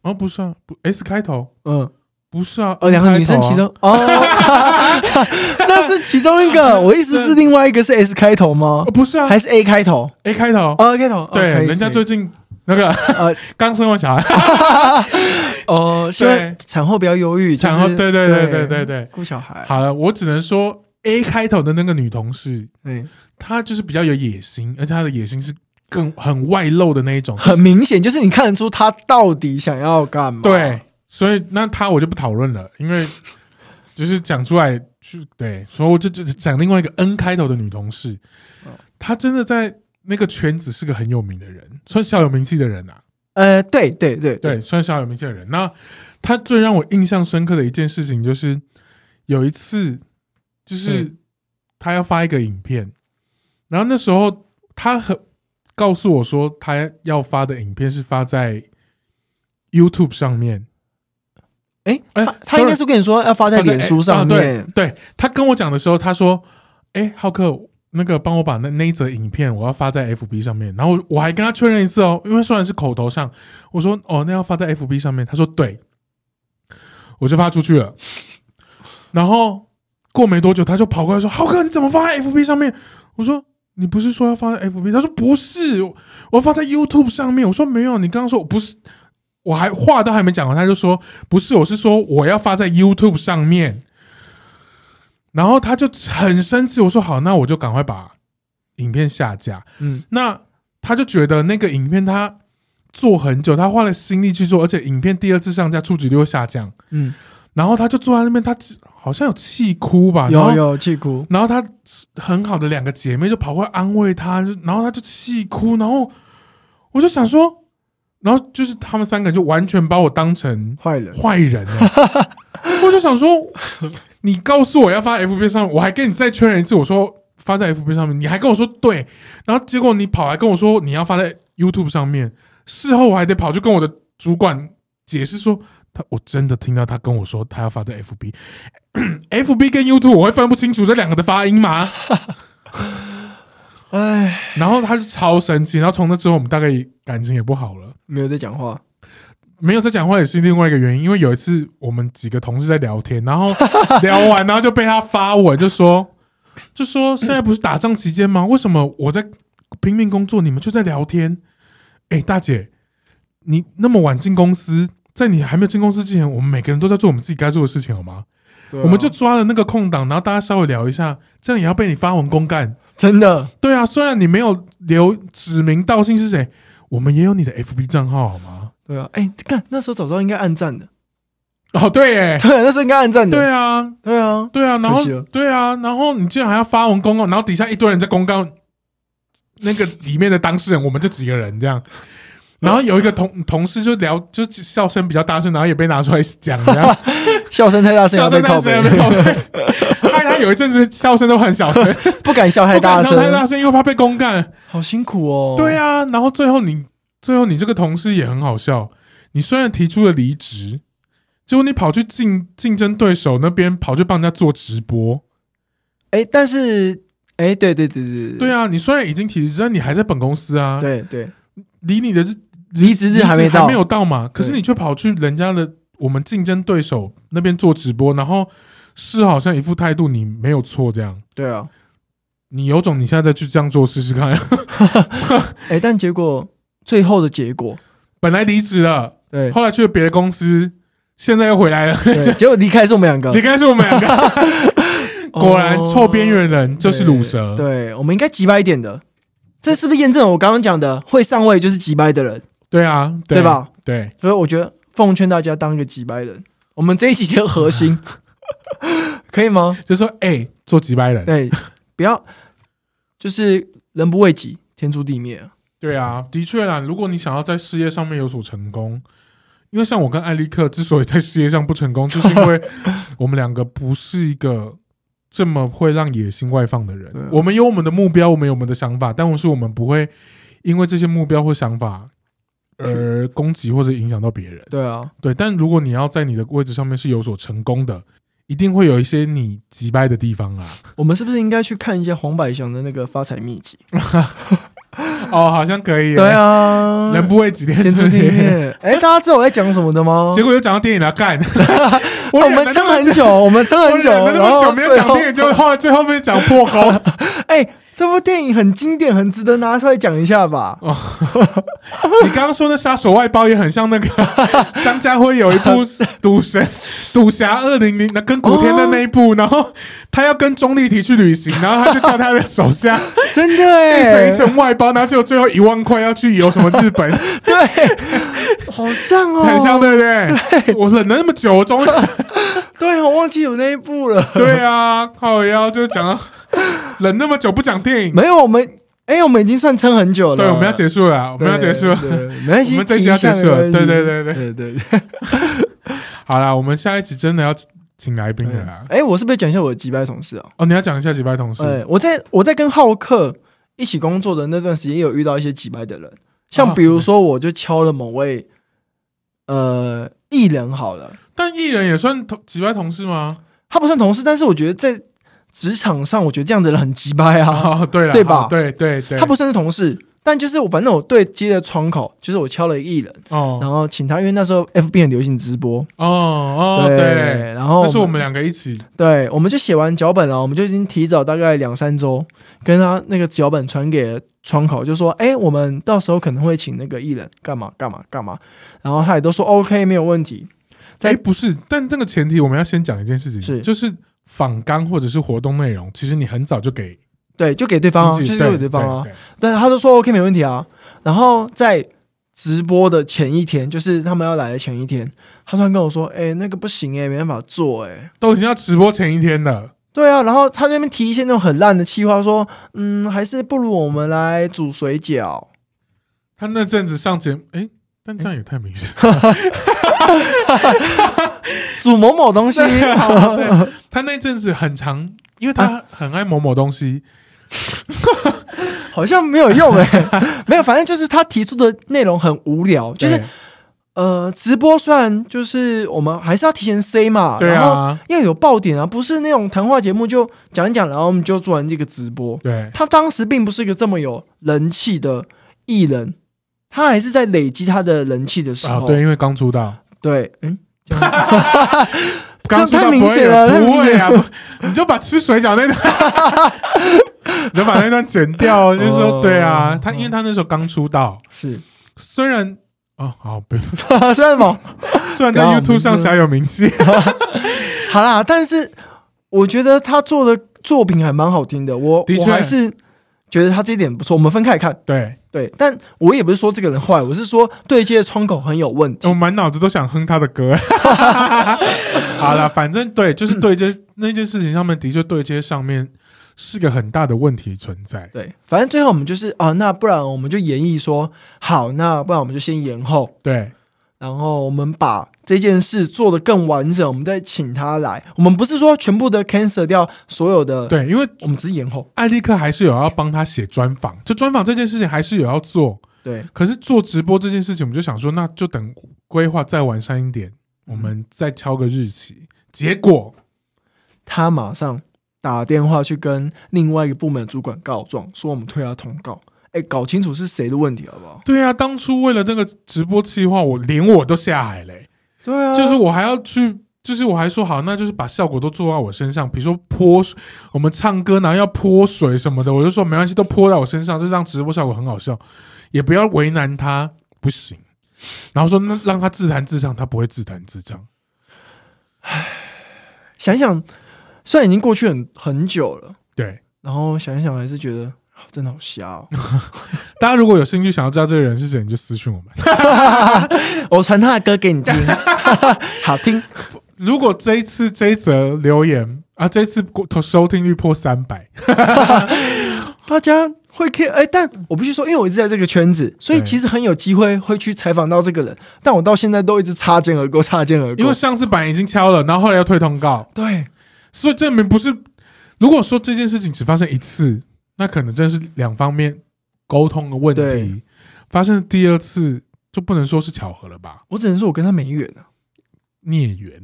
S2: 哦，不是啊，不 S 开头，
S1: 嗯，
S2: 不是啊，
S1: 哦，两个
S2: N
S1: 女生
S2: 开头啊
S1: 其中哦， [LAUGHS] 那是其中一个，我意思是另外一个是 S 开头吗
S2: 哦，？不是啊
S1: 还是 A 开头？
S2: ，A 开头，
S1: 哦，A 开头，哦
S2: 对
S1: 可，以
S2: 人家
S1: 可
S2: 最
S1: 以
S2: 近那个
S1: 呃
S2: 刚生完小孩，
S1: 哦，希
S2: 对
S1: 望产后不要忧郁，就
S2: 产后，
S1: 是
S2: 对对对对对对，
S1: 顾小孩，
S2: 好了，我只能说 A 开头的那个女同事，
S1: 嗯，
S2: 她就是比较有野心，而且她的野心是更很外露的那一种，
S1: 很明显就是你看得出他到底想要干嘛，
S2: 对，，所以那她我就不讨论了，因为 [LAUGHS] 就是讲出来是对，所以我就就讲另外一个 N 开头的女同事
S1: 哦，
S2: 她真的在那个圈子是个很有名的人，算小有名气的人啊，
S1: 呃，对对对
S2: 对，，算小有名气的人。那他最让我印象深刻的一件事情，就是有一次，就是
S1: 嗯
S2: 他要发一个影片，然后那时候他很告诉我说，他要发的影片是发在 YouTube 上面。
S1: 哎，
S2: 哎
S1: 他他应该是跟你说要发在脸书上
S2: 发在哎啊
S1: 面，
S2: 对对，他跟我讲的时候，他说：“哎、浩克，那个帮我把那那一则影片，我要发在 FB 上面。”然后我我还跟他确认一次哦，因为虽然是口头上，我说：“哦，那要发在 FB 上面。”他说：“对。”我就发出去了。然后过没多久，他就跑过来说：“浩克，你怎么发在 FB 上面？”我说。你不是说要发在 FB？他说不是，我我要发在 YouTube 上面。我说没有，你刚刚说我不是，我还话都还没讲完，他就说不是，我是说我要发在 YouTube 上面。然后他就很生气，我说好，那我就赶快把影片下架。
S1: 嗯，
S2: 那他就觉得那个影片他做很久，他花了心力去做，而且影片第二次上架触及率又下降，
S1: 嗯，
S2: 然后他就坐在那边，他只好像有气哭吧，啊然后
S1: 有有气哭，
S2: 然后她很好的两个姐妹就跑过来安慰她，就然后她就气哭，然后我就想说，然后就是他们三个就完全把我当成
S1: 坏人，
S2: 坏人了，我就想说，你告诉我要发 FB 上，我还跟你再确认一次，我说发在 FB 上面，你还跟我说对，然后结果你跑来跟我说你要发在 YouTube 上面，事后我还得跑去跟我的主管解释说，他我真的听到他跟我说他要发在 FB。FB 跟 YouTube 我会分不清楚这两个的发音吗？
S1: 哎，
S2: 然后他就超生气，然后从那之后我们大概感情也不好了。
S1: 没有在讲话，
S2: 没有在讲话也是另外一个原因，因为有一次我们几个同事在聊天，然后 [LAUGHS] 聊完，然后就被他发文就说，就说现在不是打仗期间吗？为什么我在拼命工作，你们就在聊天？哎、大姐，你那么晚进公司，在你还没有进公司之前，我们每个人都在做我们自己该做的事情，好吗？
S1: 对啊
S2: 我们就抓了那个空档，然后大家稍微聊一下，这样也要被你发文公干。
S1: 真的，
S2: 对啊，虽然你没有留指名道姓是谁，我们也有你的 FB 账号，好吗？
S1: 对啊，哎，看那时候早知道应该暗赞的，
S2: 哦，对耶，
S1: 对，那时候应该按赞的。
S2: 对啊，
S1: 对啊，
S2: 对啊，
S1: 可
S2: 然后
S1: 惜了
S2: 对啊，然后你竟然还要发文公告，然后底下一堆人在公告那个里面的当事人，我们这几个人这样。然后有一个同同事就聊，就笑声比较大声，然后也被拿出来讲，
S1: [LAUGHS]
S2: 这样
S1: 笑声太大声，
S2: 笑
S1: 要
S2: 声
S1: 被
S2: 大
S1: 靠
S2: 声
S1: 背
S2: 也，被靠背。害 [LAUGHS] 他有一阵子笑声都很小声，
S1: 不敢 [LAUGHS] 笑太
S2: 不
S1: 大
S2: 敢笑太
S1: 声，
S2: 大声，因为怕被公干。
S1: 好辛苦哦。
S2: 对，啊，然后最后你最后你这个同事也很好笑，你虽然提出了离职，结果你跑去竞竞争对手那边跑去帮人家做直播，
S1: 哎，但是哎，对对对对
S2: 对啊，你虽然已经提职，但你还在本公司啊，
S1: 对对，
S2: 离你的日
S1: 离职日
S2: 离职
S1: 还没到
S2: 还没，有到嘛，可是
S1: 对
S2: 你却跑去人家的我们竞争对手那边做直播，然后是好像一副态度你没有错这样，
S1: 对啊，
S2: 你有种你现在再去这样做试试看， [LAUGHS]
S1: 哎，但结果最后的结果，
S2: 本来离职了， [LAUGHS]
S1: 对
S2: 后来去了别的公司，现在又回来了，
S1: 对，结果离开是我们两个
S2: [LAUGHS] 你，该是我们两 [LAUGHS] 个，果然
S1: 哦
S2: 臭边缘人就是卤蛇，
S1: 对，我们应该急掰一点的，这是不是验证了我刚刚讲的会上位就是急掰的人，
S2: 对啊，
S1: 对吧？
S2: 对，
S1: 所以我觉得奉劝大家当一个急掰人，我们这一集的核
S2: [LAUGHS]
S1: 心可以吗？
S2: 就说哎，做几百人，
S1: 对，不要就是人不为己，天诛地灭啊。
S2: 对啊，的确啦。如果你想要在事业上面有所成功，因为像我跟艾利克之所以在事业上不成功，就是因 [LAUGHS] 为我们两个不是一个这么会让野心外放的人
S1: 对啊。
S2: 我们有我们的目标，我们有我们的想法，但我是我们不会因为这些目标或想法而攻击或者影响到别人。
S1: 对啊，
S2: 对，但如果你要在你的位置上面是有所成功的，一定会有一些你击败的地方啊。
S1: 我们是不是应该去看一下黄百祥的那个发财秘籍？
S2: [LAUGHS] 哦，好像可以耶。
S1: 对啊，
S2: 人不为己，天
S1: 天诛
S2: 诛
S1: 地
S2: 地灭。
S1: 灭。哎，大家知道我在讲什么的吗？
S2: 结果又讲到电影了，
S1: [LAUGHS]
S2: 干！
S1: 哦我
S2: 我
S1: 们撑很久，我们撑很久，
S2: 我忍
S1: 然
S2: 了那么
S1: 后
S2: 久没有讲
S1: 哦最后
S2: 电影，就后来最后面讲
S1: [LAUGHS]
S2: 破功。
S1: 哎、这部电影很经典，很值得拿出来讲一下吧？
S2: 你刚刚说那杀手外包也很像
S1: [LAUGHS]
S2: 那个张家辉有一部《赌神》《赌侠二零零》，那跟古天
S1: 哦
S2: 乐那一部，然后他要跟钟丽缇去旅行，然后他就叫他的手
S1: [LAUGHS]
S2: 下
S1: 真的
S2: 一
S1: 哎、
S2: 层 [LAUGHS] 一层外包，然后就最后一万块要去游什么日本，
S1: 哦哎对，好像
S2: [LAUGHS]
S1: 哦，
S2: 很像对不对？我忍了那么久，
S1: [LAUGHS]
S2: 我终于
S1: 对，啊我忘记有那一部了。
S2: 对啊，靠腰就讲到忍那么久不讲电影，
S1: 没有，我们哎、我们已经算撑很久了。
S2: 对，我们要结束了啊，我
S1: 我
S2: 们要结束了。
S1: 没关系，
S2: 我们这一集
S1: 提
S2: 要
S1: 一下
S2: 结束了
S1: 没关系
S2: 对对对
S1: 对对对。
S2: 好啦，我们下一集真的要请来宾了啦。
S1: 哎、我是不是讲一下我的击败同事啊？
S2: 哦，你要讲一下几拜同事
S1: 哎、我在我在跟浩克一起工作的那段时间，也有遇到一些击败的人，
S2: 啊
S1: 像比如说，我就敲了某位、呃艺人好了。
S2: 但艺人也算同几拜同事吗？
S1: 他不算同事，但是我觉得在职场上，我觉得这样的人很鸡掰啊。
S2: 哦，对了，
S1: 对吧
S2: 哦对对对，
S1: 他不算是同事，但就是我反正我对接的窗口，就是我敲了一个艺人，
S2: 哦
S1: 然后请他，因为那时候 FB 很流行直播，
S2: 哦哦，
S1: 对，
S2: 对，
S1: 然后
S2: 那是我们两个一起
S1: 对，我们就写完脚本了，我们就已经提早大概两三周跟他那个脚本传给窗口，就说，哎，我们到时候可能会请那个艺人干嘛干嘛干嘛，然后他也都说 OK 没有问题，在
S2: 哎，不是，但这个前提我们要先讲一件事情，
S1: 是
S2: 就是访纲或者是活动内容，其实你很早就给
S1: 对，就给对方、啊，就
S2: 经纪
S1: 是
S2: 对
S1: 给对方啊，
S2: 对对
S1: 对，他就说 OK 没问题啊。然后在直播的前一天，就是他们要来的前一天，他突然跟我说：“哎、那个不行哎、没办法做哎、
S2: 都已经要直播前一天了，
S1: 对啊，然后他在那边提一些那种很烂的气话，说：“嗯，还是不如我们来煮水饺。
S2: 他那阵子上节目，哎，但这样也太明
S1: [LAUGHS]
S2: 显了。”
S1: 煮某某
S2: [LAUGHS]
S1: 东西，
S2: 对啊对他那阵子很长，因为
S1: 啊
S2: 他很爱某某东西，
S1: 好像没有用哎、没有，反正就是他提出的内容很无聊。就是
S2: 对
S1: 呃，直播虽然就是我们还是要提前 say 嘛，
S2: 对
S1: 然后
S2: 啊，
S1: 要有爆点啊，不是那种谈话节目就讲一讲，然后我们就做完这个直播。
S2: 对
S1: 他当时并不是一个这么有人气的艺人，他还是在累积他的人气的时
S2: 啊
S1: 候。
S2: 对，因为刚出道，
S1: 对嗯，
S2: [LAUGHS] 刚出道
S1: 太明
S2: 不会
S1: 显
S2: 有
S1: 了太
S2: 不
S1: 明
S2: 会
S1: 显
S2: 啊， [LAUGHS] 不你就把吃水饺那段，你就把那段 [LAUGHS] 剪掉，就是
S1: 哦
S2: 说对啊，他因为他那时候刚出道，
S1: 是 [LAUGHS]
S2: 虽然。哦，好，不， [LAUGHS]
S1: 虽然嘛，
S2: 虽然在
S1: 刚好
S2: YouTube 上小有名气， [LAUGHS]
S1: [LAUGHS] 好啦，但是我觉得他做的作品还蛮好听的，我
S2: 的确
S1: 我还是觉得他这一点不错。我们分开看， [LAUGHS]
S2: 对
S1: 对，但我也不是说这个人坏，我是说对接的窗口很有问题。
S2: 我满脑子都想哼他的歌。 [LAUGHS] 好了，反正对，就是对接那件事情上面的确对接上面是个很大的问题存在。
S1: 对，反正最后我们就是啊，那不然我们就演绎说好，那不然我们就先延后，
S2: 对，
S1: 然后我们把这件事做得更完整，我们再请他来。我们不是说全部的 cancel 掉所有的，
S2: 对，因为
S1: 我们只是延后。
S2: 艾利克还是有要帮他写专访，就专访这件事情还是有要做。
S1: 对，
S2: 可是做直播这件事情，我们就想说，那就等规划再完善一点，我们再敲个日期。结果
S1: 他马上打电话去跟另外一个部门的主管告状，说我们推他通告。哎，搞清楚是谁的问题好不好？
S2: 对啊，当初为了这个直播计划，我连我都下海嘞、
S1: 对啊，
S2: 欸就是我还要去，就是我还说好，那就是把效果都做到我身上，比如说泼水，我们唱歌然后要泼水什么的，我就说没关系，都泼到我身上，就让直播效果很好笑，也不要为难他，不行。然后说那让他自弹自唱，他不会自弹自唱，
S1: 想一想，虽然已经过去很很久了，
S2: 对。
S1: 然后想一想还是觉得啊真的好瞎 [LAUGHS] 哦。
S2: 大家如果有兴趣想要知道这个人是谁，你就私信我们。
S1: 我哦传他的歌给你 [LAUGHS] 听，好听。
S2: 如果这一次这一则留言啊，这一次过收听率破三百，
S1: 大家会 care 哎、但我必须说，因为我一直在这个圈子，所以
S2: 对
S1: 其实很有机会会去采访到这个人。但我到现在都一直擦肩而过， [LAUGHS] 擦肩而过。
S2: 因为上次版已经敲了，然后后来要推通告，
S1: 对
S2: 所以证明不是。如果说这件事情只发生一次，那可能真是两方面沟通的问
S1: 对
S2: 题。发生第二次就不能说是巧合了吧？
S1: 我只能说我跟他没缘 [LAUGHS] 啊。
S2: 孽缘，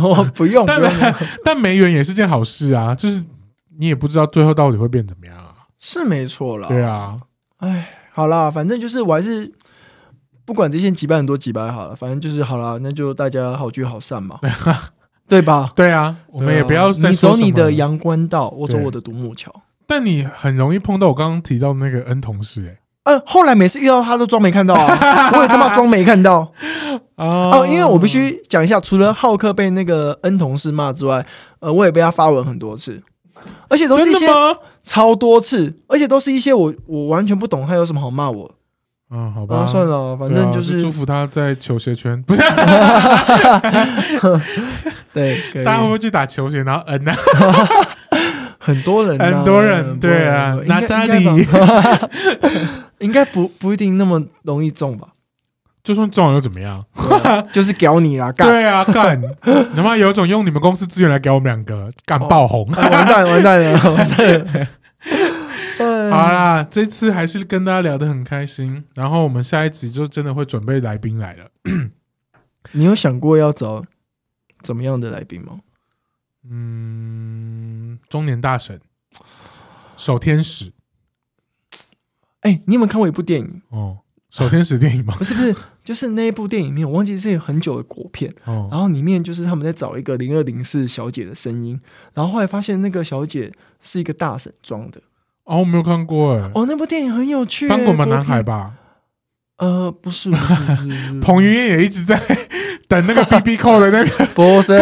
S1: 我不用，不
S2: 但
S1: 用
S2: [LAUGHS]
S1: [LAUGHS]
S2: 但没缘也是件好事啊，就是你也不知道最后到底会变怎么样啊。
S1: 是没错啦。
S2: 对，啊，
S1: 哎，好啦，反正就是我还是不管这些几百很多几百好了，反正就是好啦，那就大家好聚好散
S2: [LAUGHS]
S1: 嘛，对吧？
S2: 对啊，我们也不
S1: 对
S2: 要
S1: 啊
S2: 再
S1: 你
S2: 说
S1: 走你
S2: 什么
S1: 的阳关道，我走
S2: 对
S1: 我的独木桥。
S2: 但你很容易碰到我刚刚提到那个 N 同事、欸，
S1: 呃，后来每次遇到他都装没看到
S2: [LAUGHS]
S1: 啊，我也他妈装没看到
S2: 哎，哦
S1: 哦、因为我必须讲一下，除了浩克被那个 N 同事骂之外，呃，我也被他发文很多次，而且都是一
S2: 真
S1: 些
S2: 的吗？
S1: 超多次，而且都是一些我我完全不懂他有什么好骂我。
S2: 嗯，好吧，
S1: 啊，算了，反
S2: 对
S1: 正
S2: 啊
S1: 就
S2: 祝
S1: 是
S2: 福他在球鞋圈，不是
S1: 对，可以
S2: 大家会不会去打球鞋，然后 N 啊？
S1: 很多人啊，
S2: 很多人对啊
S1: 很多人
S2: 哪
S1: 应该应
S2: [LAUGHS]
S1: 该吧应该不不一定那么容易中
S2: [LAUGHS]
S1: 吧，
S2: 就算中了又怎么样？
S1: 就是屌你啦， [LAUGHS] 干，[LAUGHS]
S2: 啊对啊，干！你他妈有种用你们公司资源来给我们两个干爆红！
S1: 哎完蛋完蛋
S2: [LAUGHS]
S1: 了，完蛋了。哎
S2: 好啊啦，这次还是跟大家聊得很开心，然后我们下一集就真的会准备来宾来了。
S1: 你有想过要找怎么样的来宾吗？
S2: 嗯，中年大神，守天使
S1: 哎、你有没有看过一部电影？
S2: 哦，守天使电影吗？
S1: 不是不是， [LAUGHS] 就是那一部电影里面，我忘记是很久的国片，
S2: 哦，
S1: 然后里面就是他们在找一个零二零四小姐的声音，然后后来发现那个小姐是一个大婶装的。
S2: 哦，我没有看过哎，
S1: 哦，那部电影很有趣、
S2: 《
S1: 欸。
S2: 翻滚吧，
S1: 国
S2: 男孩》
S1: 片？
S2: 吧。
S1: 呃，不是，不是，不是不是
S2: 彭于晏也一直在等
S1: [LAUGHS]
S2: 那个 B B 扣的那个，
S1: 不是，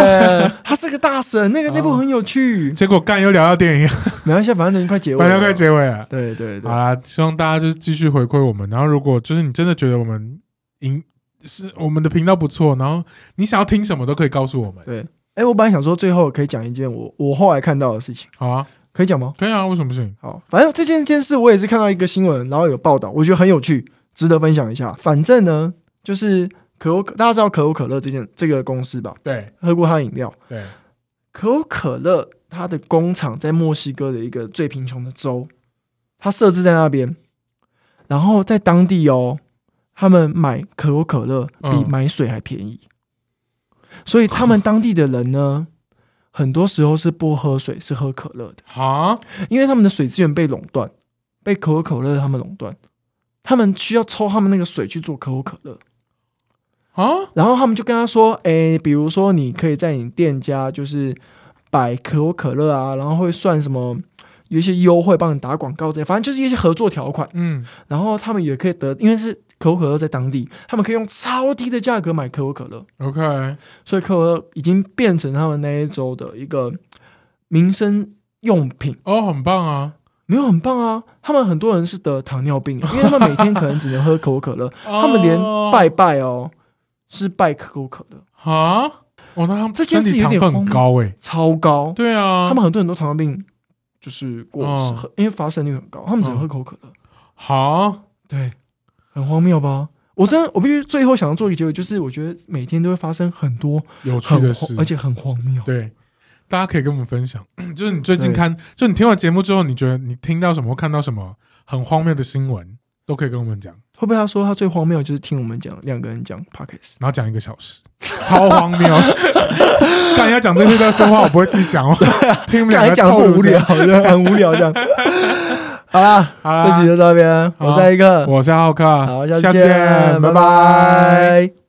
S1: 她是个大婶，那个那部很有趣。
S2: 结果干又聊到电影，
S1: 没关系，反正快结尾，
S2: 反正快。结尾了。
S1: 对对对
S2: 好，啦，希望大家就是继续回馈我们。然后，如果就是你真的觉得我们赢是我们的频道不错，然后你想要听什么都可以告诉我们。
S1: 对。哎、我本来想说最后可以讲一件我我后来看到的事情，
S2: 好啊，
S1: 可以讲吗？
S2: 可以啊，为什么不行？
S1: 好，反正这件件事我也是看到一个新闻，然后有报道，我觉得很有趣，值得分享一下。反正呢，就是可口可大家知道可口可乐这件这个公司吧，
S2: 对
S1: 喝过它的饮料。
S2: 对，
S1: 可口可乐它的工厂在墨西哥的一个最贫穷的州，它设置在那边，然后在当地哦，他们买可口可乐比
S2: 嗯
S1: 买水还便宜，所以他们当地的人呢， [LAUGHS] 很多时候是不喝水，是喝可乐的。
S2: 好，啊
S1: 因为他们的水资源被垄断，被可口可乐他们垄断，他们需要抽他们那个水去做可口可乐。
S2: 啊，
S1: 然后他们就跟他说：“诶，比如说你可以在你店家就是摆可口可乐啊，然后会算什么有一些优惠帮你打广告这些，反正就是一些合作条款。
S2: 嗯，
S1: 然后他们也可以得，因为是可口可乐在当地，他们可以用超低的价格买可口可乐，
S2: OK，
S1: 所以可口可乐已经变成他们那一周的一个民生用品。
S2: 哦，很棒啊！
S1: 没有很棒啊。他们很多人是得糖尿病，因为他们每天可能只能喝可口可乐，他们连拜拜哦是拜可口可乐，
S2: 啊，哦，那他们
S1: 这件
S2: 身
S1: 事
S2: 体
S1: 有
S2: 糖
S1: 点
S2: 分很
S1: 荒
S2: 高哎，
S1: 超高。
S2: 对啊，
S1: 他们很多很多糖尿病就是过世，
S2: 哦
S1: 很因为发生率很高，他们只能
S2: 嗯
S1: 喝可口可乐。
S2: 好，
S1: 对，很荒谬吧？我
S2: 啊
S1: 真的，我必须最后想要做一个结尾，就是我觉得每天都会发生很多
S2: 有趣
S1: 很
S2: 的
S1: 荒
S2: 事，
S1: 而且很荒谬。
S2: 对，大家可以跟我们分享， [CLEARS THROAT] 就是你最近
S1: 对
S2: 看，就你听完节目之后，你觉得你听到什么或看到什么很荒谬的新闻，都可以跟我们讲，
S1: 会不会他说他最荒谬的就是听我们讲两个人讲 podcast？
S2: 然后讲一个小时， [LAUGHS] 超荒谬。但要讲这些在说话，我不会自己讲哦，听你们
S1: 刚
S2: 两
S1: 才
S2: 个
S1: 讲
S2: 臭
S1: 很无
S2: 乳舌
S1: 聊，。 [LAUGHS] 很无聊这
S2: [LAUGHS]
S1: 样。好啦，
S2: 好
S1: 这集
S2: 啦，
S1: 就到这边，我是
S2: 好
S1: 艾克，
S2: 我是浩克，
S1: 好，下
S2: 次
S1: 次见，
S2: 见，
S1: 拜
S2: 拜
S1: 拜